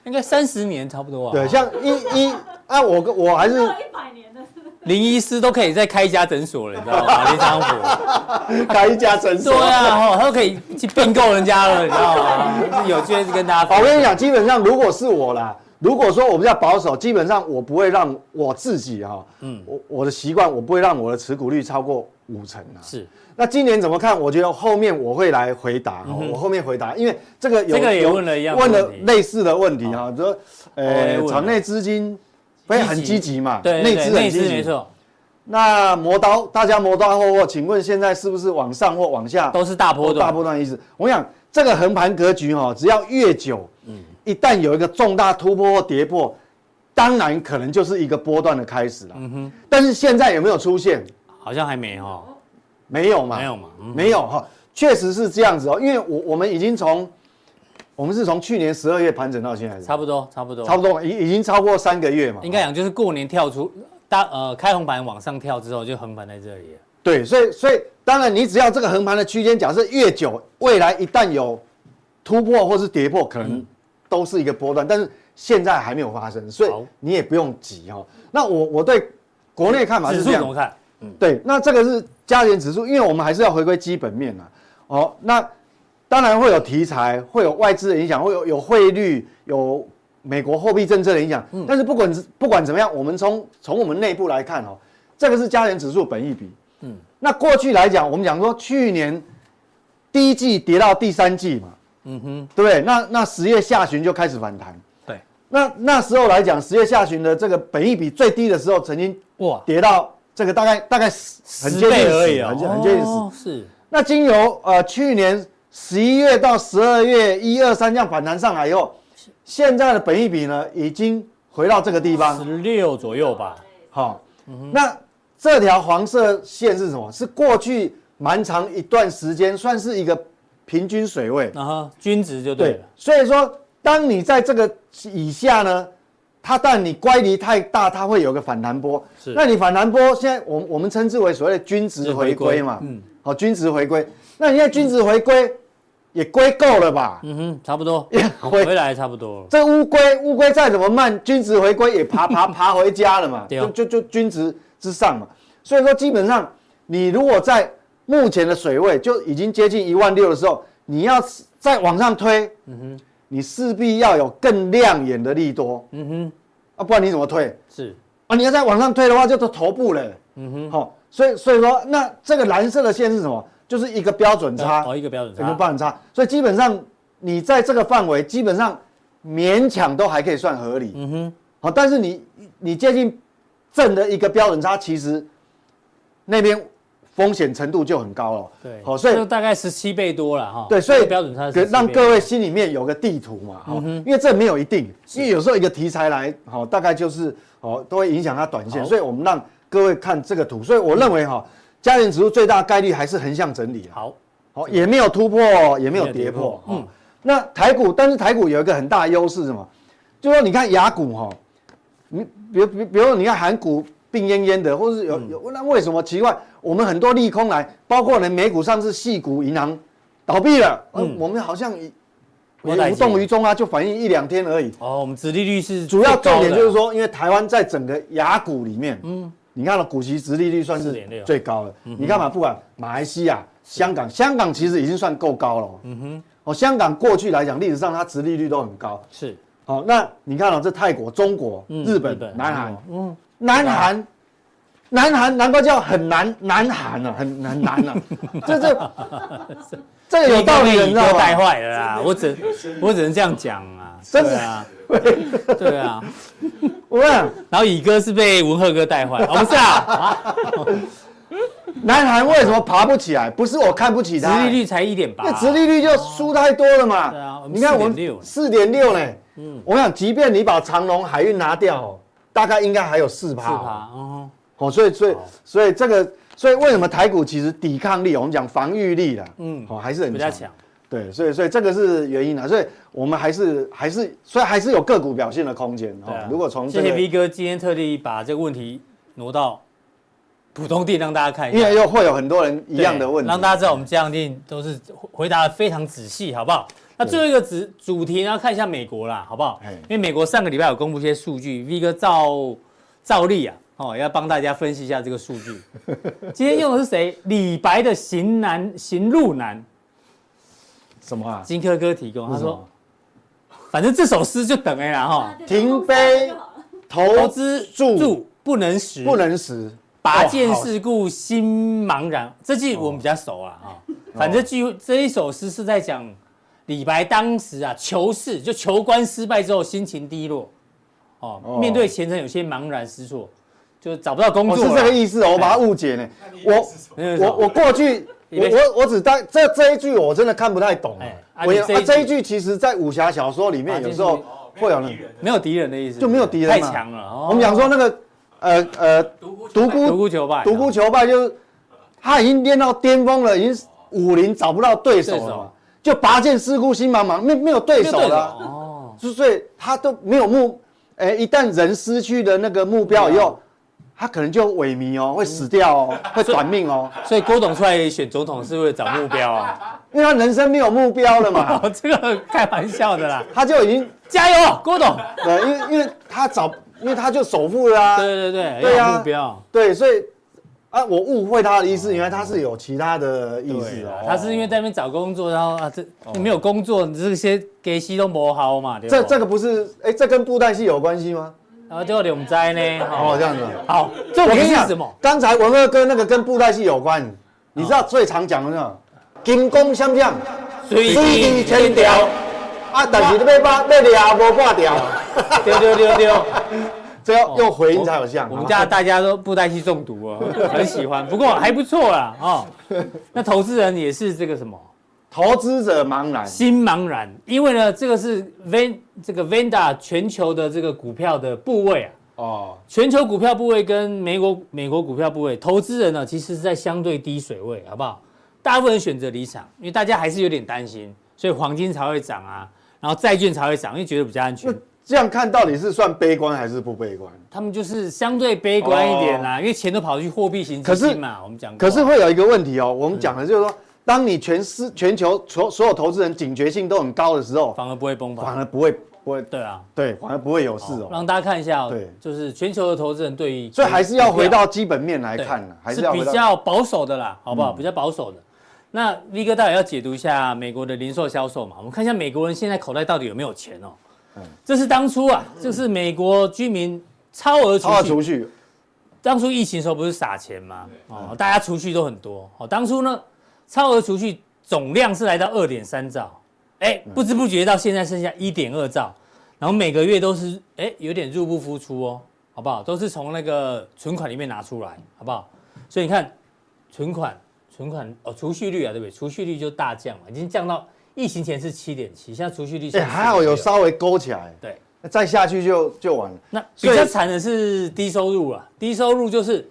Speaker 2: 应该三十年差不多啊。
Speaker 1: 对，像一一啊，我跟我还是
Speaker 4: 一百年的，
Speaker 2: 林医师都可以再开一家诊所了，你知道吗？林 昌福，
Speaker 1: 开一家诊所
Speaker 2: 对。啊，哦，他都可以去并购人家了，你知道吗？有机会跟大家分
Speaker 1: 哦我
Speaker 2: 享。
Speaker 1: 跟你讲，基本上如果是我啦，如果说我比较保守，基本上我不会让我自己哈、嗯，我我的习惯我不会让我的持股率超过五成啊。
Speaker 2: 是
Speaker 1: 那今年怎么看？我觉得后面我会来回答哈、我后面回答，因为这个有
Speaker 2: 嗯这个也问了一样的
Speaker 1: 问了
Speaker 2: 问题哦
Speaker 1: 类似的问题哈，就说
Speaker 2: 也
Speaker 1: 呃
Speaker 2: 问了
Speaker 1: 场内资金会很积极嘛，
Speaker 2: 对，
Speaker 1: 啊内
Speaker 2: 对
Speaker 1: 资很
Speaker 2: 对内
Speaker 1: 积
Speaker 2: 资没
Speaker 1: 极。
Speaker 2: 错，
Speaker 1: 那磨刀，大家磨刀霍霍，请问现在是不是往上或往下？
Speaker 2: 都是大波段，
Speaker 1: 哦大波段意思。我想这个横盘格局哈、哦只要越久，
Speaker 2: 嗯
Speaker 1: 一旦有一个重大突破或跌破，当然可能就是一个波段的开始
Speaker 2: 嗯
Speaker 1: 了。但是现在有没有出现？
Speaker 2: 好像还没哦，
Speaker 1: 没有嘛？
Speaker 2: 没有嘛嗯
Speaker 1: 没有哈、确实是这样子哦。因为我我们已经从我们是从去年十二月盘整到现在的，
Speaker 2: 差不多，差不多，
Speaker 1: 差不多已已经超过三个月嘛。
Speaker 2: 应该讲就是过年跳出大呃开红盘往上跳之后就横盘在这里了，
Speaker 1: 对，所以所以当然，你只要这个横盘的区间，假设越久，未来一旦有突破或是跌破，可
Speaker 2: 嗯
Speaker 1: 能都是一个波段，但是现在还没有发生，所以
Speaker 2: 好
Speaker 1: 你也不用急哈、哦。那我我对国内看法啊
Speaker 2: 指
Speaker 1: 是
Speaker 2: 数
Speaker 1: 这
Speaker 2: 怎么
Speaker 1: 样，
Speaker 2: 看？
Speaker 1: 对，那这个是加权指数，因为我们还是要回归基本面啊。哦，那当然会有题材，会有外资的影响，会有有汇率，有美国货币政策的影响。
Speaker 2: 嗯
Speaker 1: 但是不管是不管怎么样，我们从从我们内部来看哦，这个是加权指数本益比。嗯，那过去来讲，我们讲说去年第一季跌到第三季嘛，
Speaker 2: 嗯哼，
Speaker 1: 对不对？那那十月下旬就开始反弹。
Speaker 2: 对，
Speaker 1: 那那时候来讲，十月下旬的这个本益比最低的时候，曾经
Speaker 2: 哇，
Speaker 1: 跌到这个大概大概很
Speaker 2: 十
Speaker 1: 接近
Speaker 2: 倍
Speaker 1: 死
Speaker 2: 而已啊，
Speaker 1: 很接很接近死。
Speaker 2: 哦，是
Speaker 1: 那经由呃去年十一月到十二月一二三这样反弹上来以后，现在的本益比呢已经回到这个地方，
Speaker 2: 十六左右吧，
Speaker 1: 好、
Speaker 2: 嗯
Speaker 1: 那这条黄色线是什么？是过去蛮长一段时间算是一个平均水位，
Speaker 2: 然后啊均值就对
Speaker 1: 对
Speaker 2: 了，，
Speaker 1: 所以说当你在这个以下呢，它但你乖离太大，它会有个反弹波。
Speaker 2: 是
Speaker 1: 那你反弹波现在我我们称之为所谓的均值回归嘛，
Speaker 2: 嗯
Speaker 1: 嗯，好、均值回归。那你现在均值回归、也归够了吧？
Speaker 2: 嗯哼，差不多，
Speaker 1: 也
Speaker 2: 回
Speaker 1: 回
Speaker 2: 来差不多了。
Speaker 1: 这乌龟乌龟再怎么慢，均值回归也爬爬爬回家了嘛，
Speaker 2: 对哦
Speaker 1: 就就就均值之上嘛。所以说，基本上你如果在目前的水位就已经接近一万六的时候，你要再往上推，你势必要有更亮眼的利多，
Speaker 2: 嗯哼，
Speaker 1: 啊，不然你怎么退
Speaker 2: 是
Speaker 1: 啊？你要再往上推的话，就头头部了，嗯哼，好、所以所以说，那这个蓝色的线是什么？就是一个标准差，
Speaker 2: 哦，一个标准
Speaker 1: 整个
Speaker 2: 差，
Speaker 1: 标准差，所以基本上你在这个范围，基本上勉强都还可以算合理。
Speaker 2: 嗯哼，
Speaker 1: 好、但是你你接近正的一个标准差，其实那边风险程度就很高了。
Speaker 2: 对，
Speaker 1: 好、所以
Speaker 2: 这个大概十七倍多了哈，
Speaker 1: 对，所
Speaker 2: 这嗯
Speaker 1: 以
Speaker 2: 个标准差
Speaker 1: 给
Speaker 2: 是
Speaker 1: 让各
Speaker 2: 位
Speaker 1: 位心里面有个地图嘛，哈、因为这没有一定，因为有时候一个题材来，好、大概就是哦，都会影响它短线，
Speaker 2: 好
Speaker 1: 所以我们让各位看这个图，所以我认为哈、加权指数最大概率还是横向整理啊。
Speaker 2: 好，
Speaker 1: 好，也没有突破，也没有跌破。
Speaker 2: 没有跌破
Speaker 1: 嗯，那台股，但是台股有一个很大的优势是什么？就说你看雅股哈，你比如比比如你看韩股病恹恹的，或是有有那为什么奇怪？我们很多利空来，包括呢美股上市系股银行倒闭了，嗯，我们好像也
Speaker 2: 没来
Speaker 1: 也
Speaker 2: 及
Speaker 1: 无动于衷啊，就反应一两天而已。
Speaker 2: 哦，我们殖利率是
Speaker 1: 主要
Speaker 2: 最高
Speaker 1: 重
Speaker 2: 的
Speaker 1: 点就是说，因为台湾在整个雅股里面，嗯，你看了股息殖利率算是
Speaker 2: 4.6
Speaker 1: 最高的。你看嘛，不管马来西亚、香港，香港其实已经算够高了。嗯哼，哦，香港过去来讲，历史上它殖利率都很高。
Speaker 2: 是
Speaker 1: 哦，那你看哦，这泰国、中国、
Speaker 2: 嗯
Speaker 1: 日本
Speaker 2: 日本、
Speaker 1: 南
Speaker 2: 韩
Speaker 1: 韩
Speaker 2: 国，
Speaker 1: 嗯，南韩南韩南瓜酱很难难韩啊，很很难啊，这这这嗯个有道理，你知道
Speaker 2: 都带
Speaker 1: 吗？
Speaker 2: 坏了啦，我只我只能这样讲啊，
Speaker 1: 真的
Speaker 2: 对啊，对啊，
Speaker 1: 我问
Speaker 2: 然后乙哥是被文鹤哥带坏，哦不是啊，
Speaker 1: 南韩为什么爬不起来？不是我看不起
Speaker 2: 殖
Speaker 1: 他，
Speaker 2: 利率才一点八
Speaker 1: 那，殖利率就输太多了嘛。
Speaker 2: 对啊我们
Speaker 1: 你看我
Speaker 2: 4.6
Speaker 1: 们四点六呢，嗯，我想即便你把长隆海运拿掉哦，大概应该还有四趴，
Speaker 2: 是吧？哦，
Speaker 1: 哦，所以所以所以这个，所以为什么台股其实抵抗力，我们讲防御力啦，
Speaker 2: 嗯
Speaker 1: 嗯，哦还是很
Speaker 2: 比较强。
Speaker 1: 对，所以所以这个是原因啊，所以我们还是还是，所以还是有个股表现的空间
Speaker 2: 对啊
Speaker 1: 哦。如果从
Speaker 2: 谢
Speaker 1: 这
Speaker 2: 谢
Speaker 1: 个，
Speaker 2: V 哥今天特地把这个问题挪到普通店让大家看一
Speaker 1: 因
Speaker 2: 下
Speaker 1: 为，又会有很多人一
Speaker 2: 对
Speaker 1: 样的问题，
Speaker 2: 让大家知道我们这样定都是回答的非常仔细，好不好？那最后一个主主题呢，要看一下美国啦，好不好
Speaker 1: 嘿？
Speaker 2: 因为美国上个礼拜有公布一些数据，V 哥照照例啊，哦，要帮大家分析一下这个数 据。今天用的是谁？李白的《行南行路难》，
Speaker 1: 什么啊？
Speaker 2: 荆轲哥提供，他
Speaker 1: 为什
Speaker 2: 说
Speaker 1: 么，
Speaker 2: 反正这首诗就等哎啦哈，
Speaker 1: 停
Speaker 4: 啊
Speaker 1: 杯
Speaker 2: 投
Speaker 1: 投
Speaker 2: 资
Speaker 1: 资
Speaker 2: 住
Speaker 1: 哦住
Speaker 2: 不能食，
Speaker 1: 不能哦食，
Speaker 2: 拔剑四顾心茫然，这句我们比较熟啊
Speaker 1: 哦
Speaker 2: 哈、反正句这一首诗是在讲李白当时啊求仕，就求官失败之后心情低落，哦，
Speaker 1: 哦
Speaker 2: 面对前程有些茫然失措，就找不到工
Speaker 1: 我
Speaker 2: 作啊
Speaker 1: 是
Speaker 2: 了。
Speaker 1: 这个意思哦，我把它误解呢。我
Speaker 2: 那个什么
Speaker 1: 我我过去。
Speaker 2: 你
Speaker 1: 我
Speaker 2: 被
Speaker 1: 我我只当这这一句我真的看不太懂啊
Speaker 2: 哎啊
Speaker 1: 我也
Speaker 2: 你这一
Speaker 1: 啊
Speaker 2: 句
Speaker 1: 这一句其实，在武侠小说里
Speaker 2: 啊
Speaker 1: 面有
Speaker 2: 就是
Speaker 1: 时候
Speaker 5: 哦
Speaker 1: 会有人
Speaker 5: 敌，人
Speaker 2: 没有敌人的意思，
Speaker 1: 就没有敌人
Speaker 2: 太
Speaker 1: 嘛
Speaker 2: 强了。哦
Speaker 1: 我们讲说那个呃呃
Speaker 5: 独孤
Speaker 1: 独
Speaker 2: 独
Speaker 1: 孤
Speaker 2: 孤求败，
Speaker 1: 独孤求败就是他已经练到巅峰了，已经武林找不到对手
Speaker 2: 对
Speaker 1: 了
Speaker 2: 手
Speaker 1: 嘛，就拔剑四顾心茫茫，没没有对
Speaker 2: 没有
Speaker 1: 手
Speaker 2: 对
Speaker 1: 了
Speaker 2: 手
Speaker 1: 啊，
Speaker 2: 哦，
Speaker 1: 就所以他都没有目，哎、一旦人失去了那个目标以后，他可能就萎靡哦，会死掉哦，
Speaker 2: 嗯
Speaker 1: 会短命哦，
Speaker 2: 所以郭董出来选总统是为了找目标啊，
Speaker 1: 因为他人生没有目标了嘛，
Speaker 2: 哦，这个开玩笑的啦，
Speaker 1: 他就已经
Speaker 2: 加油，郭董，
Speaker 1: 呃，因为因为他找，因为他就首富了啊，
Speaker 2: 对对对，
Speaker 1: 对
Speaker 2: 要
Speaker 1: 啊
Speaker 2: 有目标。
Speaker 1: 对，所以啊，我误会他的意思，原来他是有其他的意
Speaker 2: 对
Speaker 1: 思
Speaker 2: 啦
Speaker 1: 哦，，
Speaker 2: 他是因为在那边找工作，然后啊，这你没有工作，你这些给息都磨好嘛，对吧
Speaker 1: 这这个不是哎、这跟布袋戏有关系吗？
Speaker 2: 然后就两灾呢，
Speaker 1: 哦，
Speaker 2: 好，
Speaker 1: 这样子。
Speaker 2: 好，重
Speaker 1: 我
Speaker 2: 点
Speaker 1: 跟你
Speaker 2: 是
Speaker 1: 讲
Speaker 2: 什么？？
Speaker 1: 刚才文二哥那个跟布袋戏有关，你知道最常讲的是什么？金光相向，
Speaker 2: 水
Speaker 1: 滴千条，啊，但是要把要抓无半条，
Speaker 2: 丢丢丢丢，
Speaker 1: 这要用回音才有像。
Speaker 2: 我们家大家都布袋戏中毒哦， 很喜欢，不过还不错啦， 哦，那投资人也是这个什么
Speaker 1: 投资者茫然，
Speaker 2: 心茫然，因为呢，这个是 Van 这个 Vanda 全球的这个股票的部位啊，
Speaker 1: 哦，
Speaker 2: 全球股票部位跟美国美国股票部位，投资人呢其实是在相对低水位，好不好？大部分人选择离场，因为大家还是有点担心，所以黄金才会涨啊，然后债券才会涨，因为觉得比较安全。
Speaker 1: 这样看到底是算悲观还是不悲观？
Speaker 2: 他们就是相对悲观一点啦，因为钱都跑去货币型基金嘛，我们讲过。
Speaker 1: 哦
Speaker 2: 啊
Speaker 1: 可是会有一个问题哦，我们讲的就是说，当你全市全球所所有投资人警觉性都很高的时候，
Speaker 2: 反而不会崩
Speaker 1: 反
Speaker 2: 盘，
Speaker 1: 而不会不会
Speaker 2: 对啊，
Speaker 1: 对，反而不会有事哦。
Speaker 2: 让大家看一下哦，
Speaker 1: 对
Speaker 2: 就是全球的投资人对于，
Speaker 1: 所以还是要回到基本面来
Speaker 2: 对
Speaker 1: 看了，还
Speaker 2: 是
Speaker 1: 是要
Speaker 2: 比
Speaker 1: 回到嗯
Speaker 2: 较保守的啦，好不好？比较保守的。那 V 哥到底要解读一下美国的零售销售嘛？我们看一下美国人现在口袋到底有没有钱哦。
Speaker 1: 嗯
Speaker 2: 这是当初啊，这是美国居民超额储
Speaker 1: 超额
Speaker 2: 蓄。
Speaker 1: 储蓄。
Speaker 2: 当初疫情的时候不是撒钱吗？哦，大家储蓄都很多。哦，当初呢，超额储蓄总量是来到二点三兆，哎，
Speaker 1: 嗯
Speaker 2: 不知不觉到现在剩下一点二兆，然后每个月都是哎有点入不敷出哦，好不好？都是从那个存款里面拿出来，好不好？所以你看，存款、存款哦，储蓄率啊，对不对？储蓄率就大降了，已经降到疫情前是七点七，现在储蓄率
Speaker 1: 哎、还好有
Speaker 2: 上。
Speaker 1: 稍微勾起来，
Speaker 2: 对。
Speaker 1: 再下去就就完了。
Speaker 2: 那比
Speaker 1: 所以
Speaker 2: 较惨的是低收入啊，低收入就是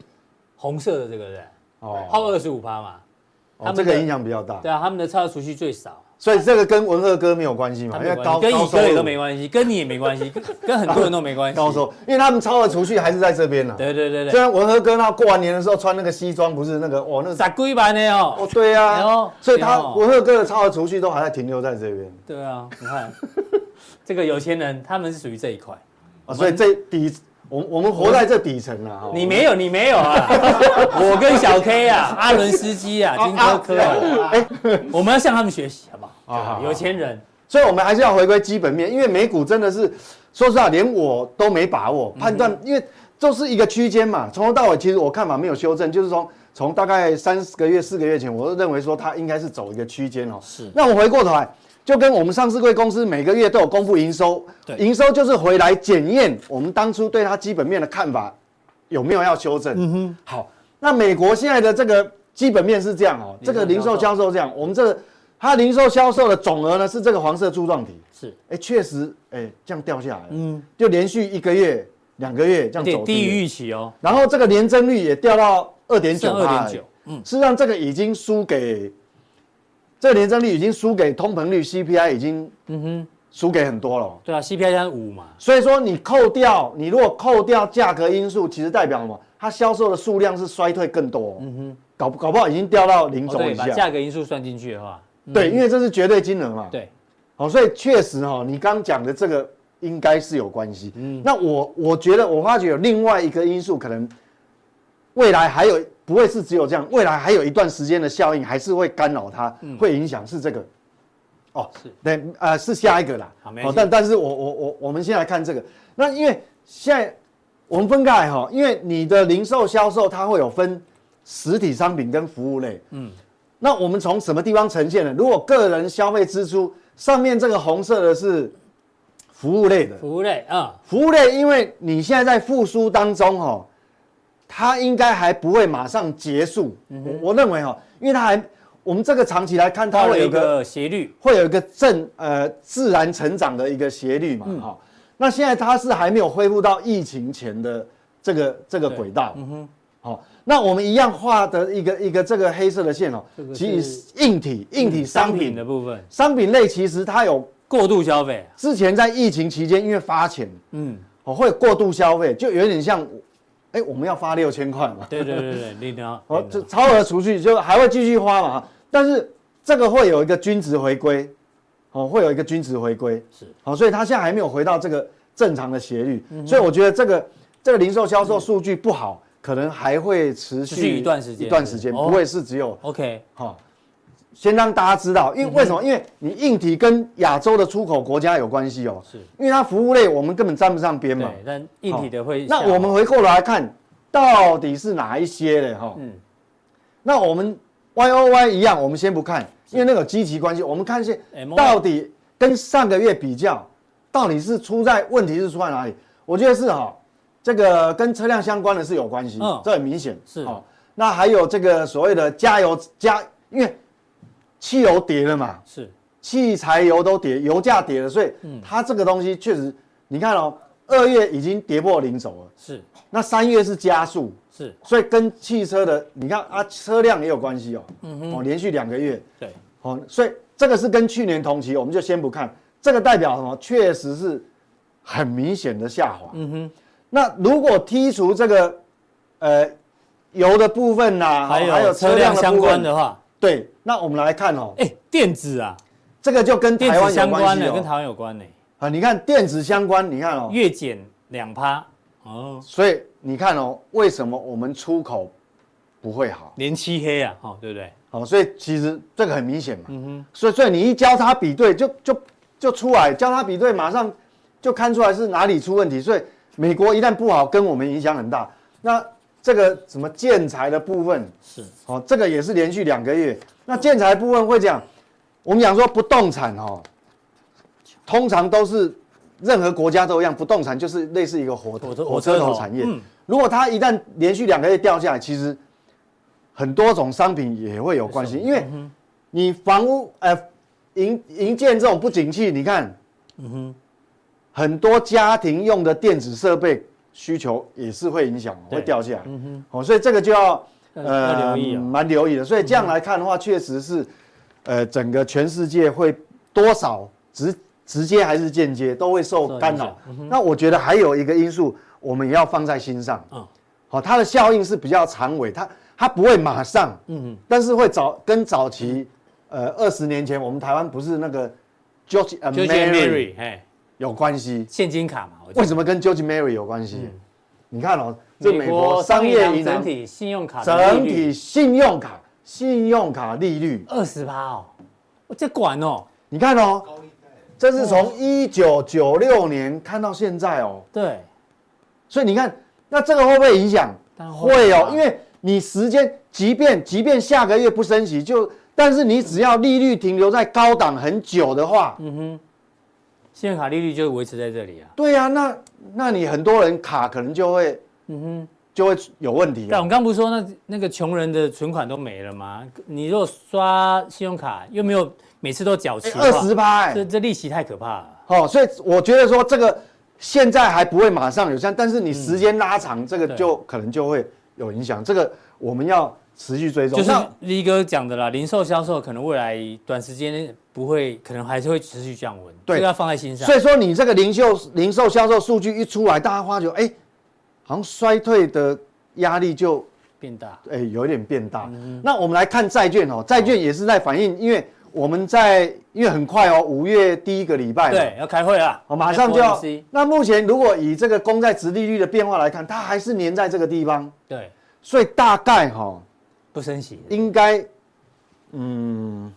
Speaker 2: 红色的这个人，超
Speaker 1: 哦，
Speaker 2: 二十五趴嘛，他
Speaker 1: 哦
Speaker 2: 们的
Speaker 1: 这个影响比较大
Speaker 2: 对，啊，他们的超额储蓄最少，
Speaker 1: 所以这个跟文鹤哥没有关系
Speaker 2: 他
Speaker 1: 嘛，嗯因为
Speaker 2: 没有关
Speaker 1: 高
Speaker 2: 系跟
Speaker 1: 高
Speaker 2: 乙
Speaker 1: 收
Speaker 2: 哥也
Speaker 1: 入
Speaker 2: 都没关系，跟你也没关系，跟 跟很多人都没关系。
Speaker 1: 高收入，因为他们超额储蓄还是在这边呢、
Speaker 2: 对对对
Speaker 1: 虽
Speaker 2: 对，
Speaker 1: 然文鹤哥他过完年的时候穿那个西装，不是那个哦，那
Speaker 2: 傻龟版的
Speaker 1: 哦
Speaker 2: 哦，
Speaker 1: 对
Speaker 2: 哎呦
Speaker 1: 啊，所以
Speaker 2: 哎
Speaker 1: 他
Speaker 2: 呦
Speaker 1: 文鹤哥的超额储蓄都还在停留在这边
Speaker 2: 对啊，你看 这个有钱人他们是属于这一块，
Speaker 1: 啊，所以这底我我们活在这底层啊。
Speaker 2: 你没有你没 有啊，我跟小 K 啊，阿伦斯基啊，金科科啊，
Speaker 1: 哎、
Speaker 2: 我们要向他们学习好不
Speaker 1: 啊好
Speaker 2: 好？
Speaker 1: 好
Speaker 2: 有钱人
Speaker 1: 所以我们还是要回归基本面，因为美股真的是说实话，连我都没把握判断，因为就是一个区间嘛，从头到尾其实我看法没有修正，就是从从大概三四个月、四个月前，我都认为说它应该是走一个区间哦。
Speaker 2: 是
Speaker 1: 那我回过头来，就跟我们上市贵公司每个月都有公布营收，
Speaker 2: 对
Speaker 1: 营收就是回来检验我们当初对它基本面的看法有没有要修正。嗯哼，好，那美国现在的这个基本面是这样哦，这个零售销售这样，我们这个它零售销售的总额呢是这个黄色柱状体。
Speaker 2: 是
Speaker 1: 哎，确实，哎，这样掉下来，嗯，就连续一个月、两个月这样
Speaker 2: 对
Speaker 1: 走
Speaker 2: 低
Speaker 1: 低
Speaker 2: 于预期哦，
Speaker 1: 然后这个年增率也掉到二点九，
Speaker 2: 剩2.9
Speaker 1: 嗯，事实上这个已经输给，这个年增率已经输给通膨率 CPI 已经，嗯哼，输给很多了。哦
Speaker 2: 对啊，CPI 加五嘛，
Speaker 1: 所以说你扣掉，你如果扣掉价格因素，其实代表什么？它销售的数量是衰退更多，嗯哼，搞不搞不好已经掉到零
Speaker 2: 哦
Speaker 1: 轴
Speaker 2: 对，
Speaker 1: 以
Speaker 2: 把
Speaker 1: 下，
Speaker 2: 价格因素算进去的话，
Speaker 1: 嗯对，因为这是绝对金额嘛，
Speaker 2: 嗯对，
Speaker 1: 好，所以确实哈、你刚讲的这个应该是有关系。嗯，那我我觉得我发觉有另外一个因素，可能未来还有不会是只有这样，未来还有一段时间的效应还是会干扰它，会影响是这个。哦，
Speaker 2: 嗯是
Speaker 1: 对，呃，是下一个啦。哦
Speaker 2: 好没关系
Speaker 1: 但但是我我我我们先来看这个，那因为现在我们分开来哈，因为你的零售销售它会有分实体商品跟服务类，嗯，那我们从什么地方呈现呢？如果个人消费支出上面这个红色的是服务类的，
Speaker 2: 服务类啊，
Speaker 1: 服务类，因为你现在在复苏当中哦，它应该还不会马上结束，我我认为哦，因为它还我们这个长期来看，它
Speaker 2: 它
Speaker 1: 会有
Speaker 2: 有一
Speaker 1: 一个
Speaker 2: 个斜率，
Speaker 1: 会有一个正呃自然成长的一个斜率嘛，哈、那现在它是还没有恢复到疫情前的这个这个轨道，嗯哼，好、那我们一样画的一个一个这个黑色的线哦
Speaker 2: 这个，是
Speaker 1: 其
Speaker 2: 嗯
Speaker 1: 实硬体硬体商品
Speaker 2: 的
Speaker 1: 的
Speaker 2: 部分，
Speaker 1: 商品类其实它有
Speaker 2: 过度消费，
Speaker 1: 之前在疫情期间因为发钱，
Speaker 2: 嗯，
Speaker 1: 哦会过度消费，就有点像，哎我们要发六千块嘛，
Speaker 2: 对对对对，你呢？
Speaker 1: 哦，这超额储蓄就还会继续花嘛，但是这个会有一个均值回归，哦，会有一个均值回归，
Speaker 2: 是，嗯
Speaker 1: 好、所以它现在还没有回到这个正常的斜率，所以我觉得这个这个零售销售数据不好，可能还会持续
Speaker 2: 持续一段时间
Speaker 1: 一段时间，
Speaker 2: 哦
Speaker 1: 不会是只有
Speaker 2: OK，
Speaker 1: 哈、哦先让大家知道，
Speaker 2: 嗯
Speaker 1: 因为为什么？因为你硬体跟亚洲的出口国家有关系哦，
Speaker 2: 是
Speaker 1: 因为它服务类我们根本沾不上边嘛，
Speaker 2: 对，但硬体的会
Speaker 1: 嗯那
Speaker 2: 下滑，
Speaker 1: 我们回过来看，到底是哪一些嘞？哈，
Speaker 2: 嗯
Speaker 1: 那我们 Y O Y 一样，我们先不看，因为那个有积极关系，我们看现
Speaker 2: MOY
Speaker 1: 到底跟上个月比较，到底是出在问题是出在哪里？我觉得是哈，这个跟车辆相关的是有关系，
Speaker 2: 嗯
Speaker 1: 这很明显
Speaker 2: 是
Speaker 1: 哦。那还有这个所谓的加油加，因为汽油跌了嘛，
Speaker 2: 是
Speaker 1: 汽柴油都跌，油价跌了，所以
Speaker 2: 嗯
Speaker 1: 它这个东西确实，你看哦，二月已经跌破零轴了。
Speaker 2: 是
Speaker 1: 那三月是加速，
Speaker 2: 是，
Speaker 1: 所以跟汽车的，你看啊，车辆也有关系哦。
Speaker 2: 嗯
Speaker 1: 哦，连续两个月，
Speaker 2: 对，
Speaker 1: 哦，所以这个是跟去年同期，我们就先不看，这个代表什么？确实是很明显的下滑。嗯哼。那如果剔除这个，呃，油的部分呐、哦
Speaker 2: 还有车辆相
Speaker 1: 部分
Speaker 2: 关的，话，
Speaker 1: 对，那我们来看哦，
Speaker 2: 哎，电子啊，
Speaker 1: 这个就跟
Speaker 2: 电
Speaker 1: 台湾
Speaker 2: 子
Speaker 1: 有
Speaker 2: 相
Speaker 1: 关
Speaker 2: 关
Speaker 1: 系
Speaker 2: 的
Speaker 1: 哦。
Speaker 2: 跟台湾有关的，
Speaker 1: 啊，你看电子相关，你看哦，
Speaker 2: 月减两趴，哦，
Speaker 1: 所以你看哦，为什么我们出口不会好？
Speaker 2: 连漆黑啊，哦，对不对？
Speaker 1: 好、所以其实这个很明显嘛。所以所以你一交叉比对，就就就出来，交叉比对马上就看出来是哪里出问题。所以美国一旦不好，跟我们影响很大。那这个什么建材的部分
Speaker 2: 是
Speaker 1: 哦，这个也是连续两个月。那建材部分会讲，我们讲说不动产哦，通常都是任何国家都一样，不动产就是类似一个火
Speaker 2: 火车
Speaker 1: 火车
Speaker 2: 火车
Speaker 1: 头
Speaker 2: 头
Speaker 1: 产业。
Speaker 2: 嗯
Speaker 1: 如果它一旦连续两个月掉下来，其实很多种商品也会有关系，因为你房屋呃营营建这种不景气，你看，嗯哼，很多家庭用的电子设备需求也是会影响，
Speaker 2: 对
Speaker 1: 会掉下来，嗯哼，哦，所以这个就要呃
Speaker 2: 要留意哦
Speaker 1: 蛮留意的。啊嗯所以这样来看的话，确实是，呃，整个全世界会多少直直接还是间接都会受嗯干
Speaker 2: 受
Speaker 1: 扰
Speaker 2: 影响。
Speaker 1: 那我觉得还有一个因素，我们也要放在心上。
Speaker 2: 嗯
Speaker 1: 好、它的效应是比较长尾，它它不会马上，嗯，但是会早跟早期，呃，二十年前我们台湾不是那个 George and
Speaker 2: 就
Speaker 1: Mary 嗯
Speaker 2: Mary，哎，
Speaker 1: 有关系？
Speaker 2: 现金卡嘛，我记得
Speaker 1: 为什么跟 George Mary 有关系？你看哦，这嗯
Speaker 2: 美
Speaker 1: 美
Speaker 2: 国
Speaker 1: 国
Speaker 2: 商
Speaker 1: 商
Speaker 2: 业
Speaker 1: 业
Speaker 2: 银
Speaker 1: 银
Speaker 2: 整
Speaker 1: 行
Speaker 2: 体信用卡的
Speaker 1: 整
Speaker 2: 利率
Speaker 1: 体信用卡信用卡利率，
Speaker 2: 二十趴哦，我这管哦，
Speaker 1: 你看哦，这是从一九九六年看到现在哦，
Speaker 2: 对，
Speaker 1: 所以你看，那这个会不会影响？
Speaker 2: 当然会
Speaker 1: 会
Speaker 2: 啊
Speaker 1: 哦，因为你时间，即便即便下个月不升息，就但是你只要利率停留在高档很久的话，
Speaker 2: 嗯哼，信用卡利率就维持在这里啊。
Speaker 1: 对呀、那那你很多人卡可能就会
Speaker 2: 嗯哼，
Speaker 1: 就会有问题
Speaker 2: 但
Speaker 1: 哦。
Speaker 2: 我们刚不是说那那个穷人的存款都没了吗？你如果刷信用卡又没有每次都缴齐的话，
Speaker 1: 二十八，哎
Speaker 2: 这这利息太可怕了。
Speaker 1: 哦，所以我觉得说这个现在还不会马上有像，但是你时间拉长，这个
Speaker 2: 对
Speaker 1: 就可能就会有影响。这个我们要持续追踪。
Speaker 2: 就是
Speaker 1: 那
Speaker 2: 力哥讲的啦，零售销售可能未来短时间不会，可能还是会持续降温，
Speaker 1: 对
Speaker 2: 这个要放在心上
Speaker 1: 所。以说你这个零售零售销售数据一出来，大家发觉哎、好像衰退的压力就
Speaker 2: 变大，
Speaker 1: 哎、有一点变大。
Speaker 2: 嗯
Speaker 1: 那我们来看债券哦，债券也是在反映，因为我们在因为很快哦，五月第一个礼拜嘛
Speaker 2: 对，要开会啊啦，
Speaker 1: 哦，马上就要
Speaker 2: FOMC。
Speaker 1: 那目前如果以这个公债值利率的变化来看，它还是粘在这个地方，
Speaker 2: 对，
Speaker 1: 所以大概哈、
Speaker 2: 不升息了，
Speaker 1: 应该，嗯，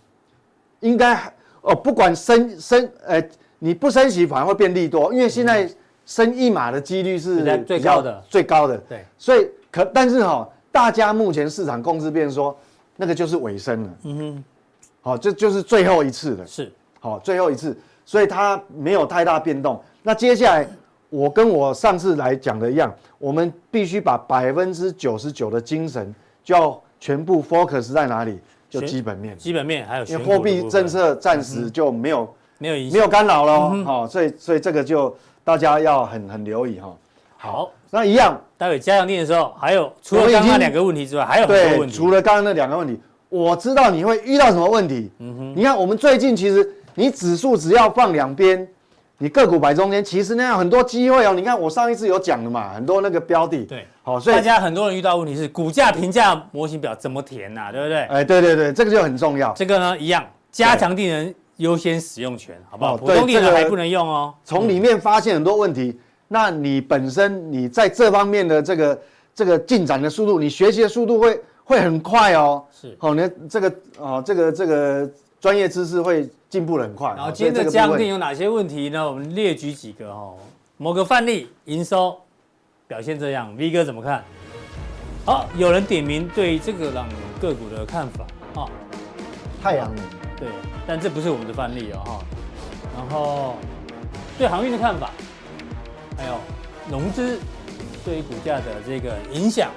Speaker 1: 应该还哦，不管升升，呃，你不升息反而会变利多，因为现在升一码的几率是
Speaker 2: 比较最
Speaker 1: 比较
Speaker 2: 高的
Speaker 1: 最高的。
Speaker 2: 对，
Speaker 1: 所以可但是哈、大家目前市场共识变说，那个就是尾声了，
Speaker 2: 嗯哼，
Speaker 1: 好、这就是最后一次了。
Speaker 2: 是
Speaker 1: 好、最后一次，所以它没有太大变动。那接下来，我跟我上次来讲的一样，我们必须把百分之九十九的精神就要全部 focus 在哪里？就
Speaker 2: 选
Speaker 1: 基本面，
Speaker 2: 基本面还嗯有
Speaker 1: 因为
Speaker 2: 选股的
Speaker 1: 货币
Speaker 2: 部分
Speaker 1: 政策暂时就没有、
Speaker 2: 没有影
Speaker 1: 没
Speaker 2: 响。
Speaker 1: 有干扰
Speaker 2: 嗯
Speaker 1: 了，好、哦，所以所以这个就大家要很很留意哈、哦。
Speaker 2: 好，
Speaker 1: 那一样，
Speaker 2: 待会加强练的时候，还有除了
Speaker 1: 我们已
Speaker 2: 刚刚
Speaker 1: 经
Speaker 2: 两个问题之外，还有很多
Speaker 1: 对，
Speaker 2: 问题。
Speaker 1: 除了刚刚那两个问题，我知道你会遇到什么问题。
Speaker 2: 嗯
Speaker 1: 你看我们最近其实你指数只要放两边，你个股摆中间，其实那样很多机会哦。你看我上一次有讲的嘛，很多那个标的。
Speaker 2: 对，
Speaker 1: 好，所以
Speaker 2: 大家很多人遇到问题是股价评价模型表怎么填呐、对不对？
Speaker 1: 哎，对对对，这个就很重要。
Speaker 2: 这个呢一样，加强定人优先使用权，好不好？
Speaker 1: 哦
Speaker 2: 普
Speaker 1: 对
Speaker 2: 通定
Speaker 1: 这
Speaker 2: 人
Speaker 1: 个
Speaker 2: 还不能用哦。
Speaker 1: 从里面发现很多问题，那你本身你在这方面的这个这个进展的速度，你学习的速度会会很快哦。
Speaker 2: 是
Speaker 1: 好，你这个哦，这个这个专业知识会进步得很快。
Speaker 2: 然后
Speaker 1: 哦
Speaker 2: 今天
Speaker 1: 所以这个
Speaker 2: 的加
Speaker 1: 部
Speaker 2: 强
Speaker 1: 分
Speaker 2: 定有哪些问题呢？我们列举几个哦。某个范例营收表现这样，V 哥怎么看？好，有人点名对这个朗个股的看法啊、哦，
Speaker 1: 太阳能。
Speaker 2: 对，但这不是我们的范例哦哈、然后对航运的看法，还有融资对于股价的这个影响，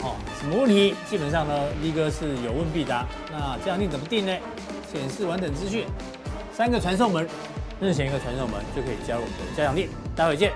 Speaker 2: 哦，什么问题？基本上呢，V 哥是有问必答。那这样你怎么定呢？显示完整资讯，三个传送门，任选一个传送门就可以加入我们的加强力。待会见。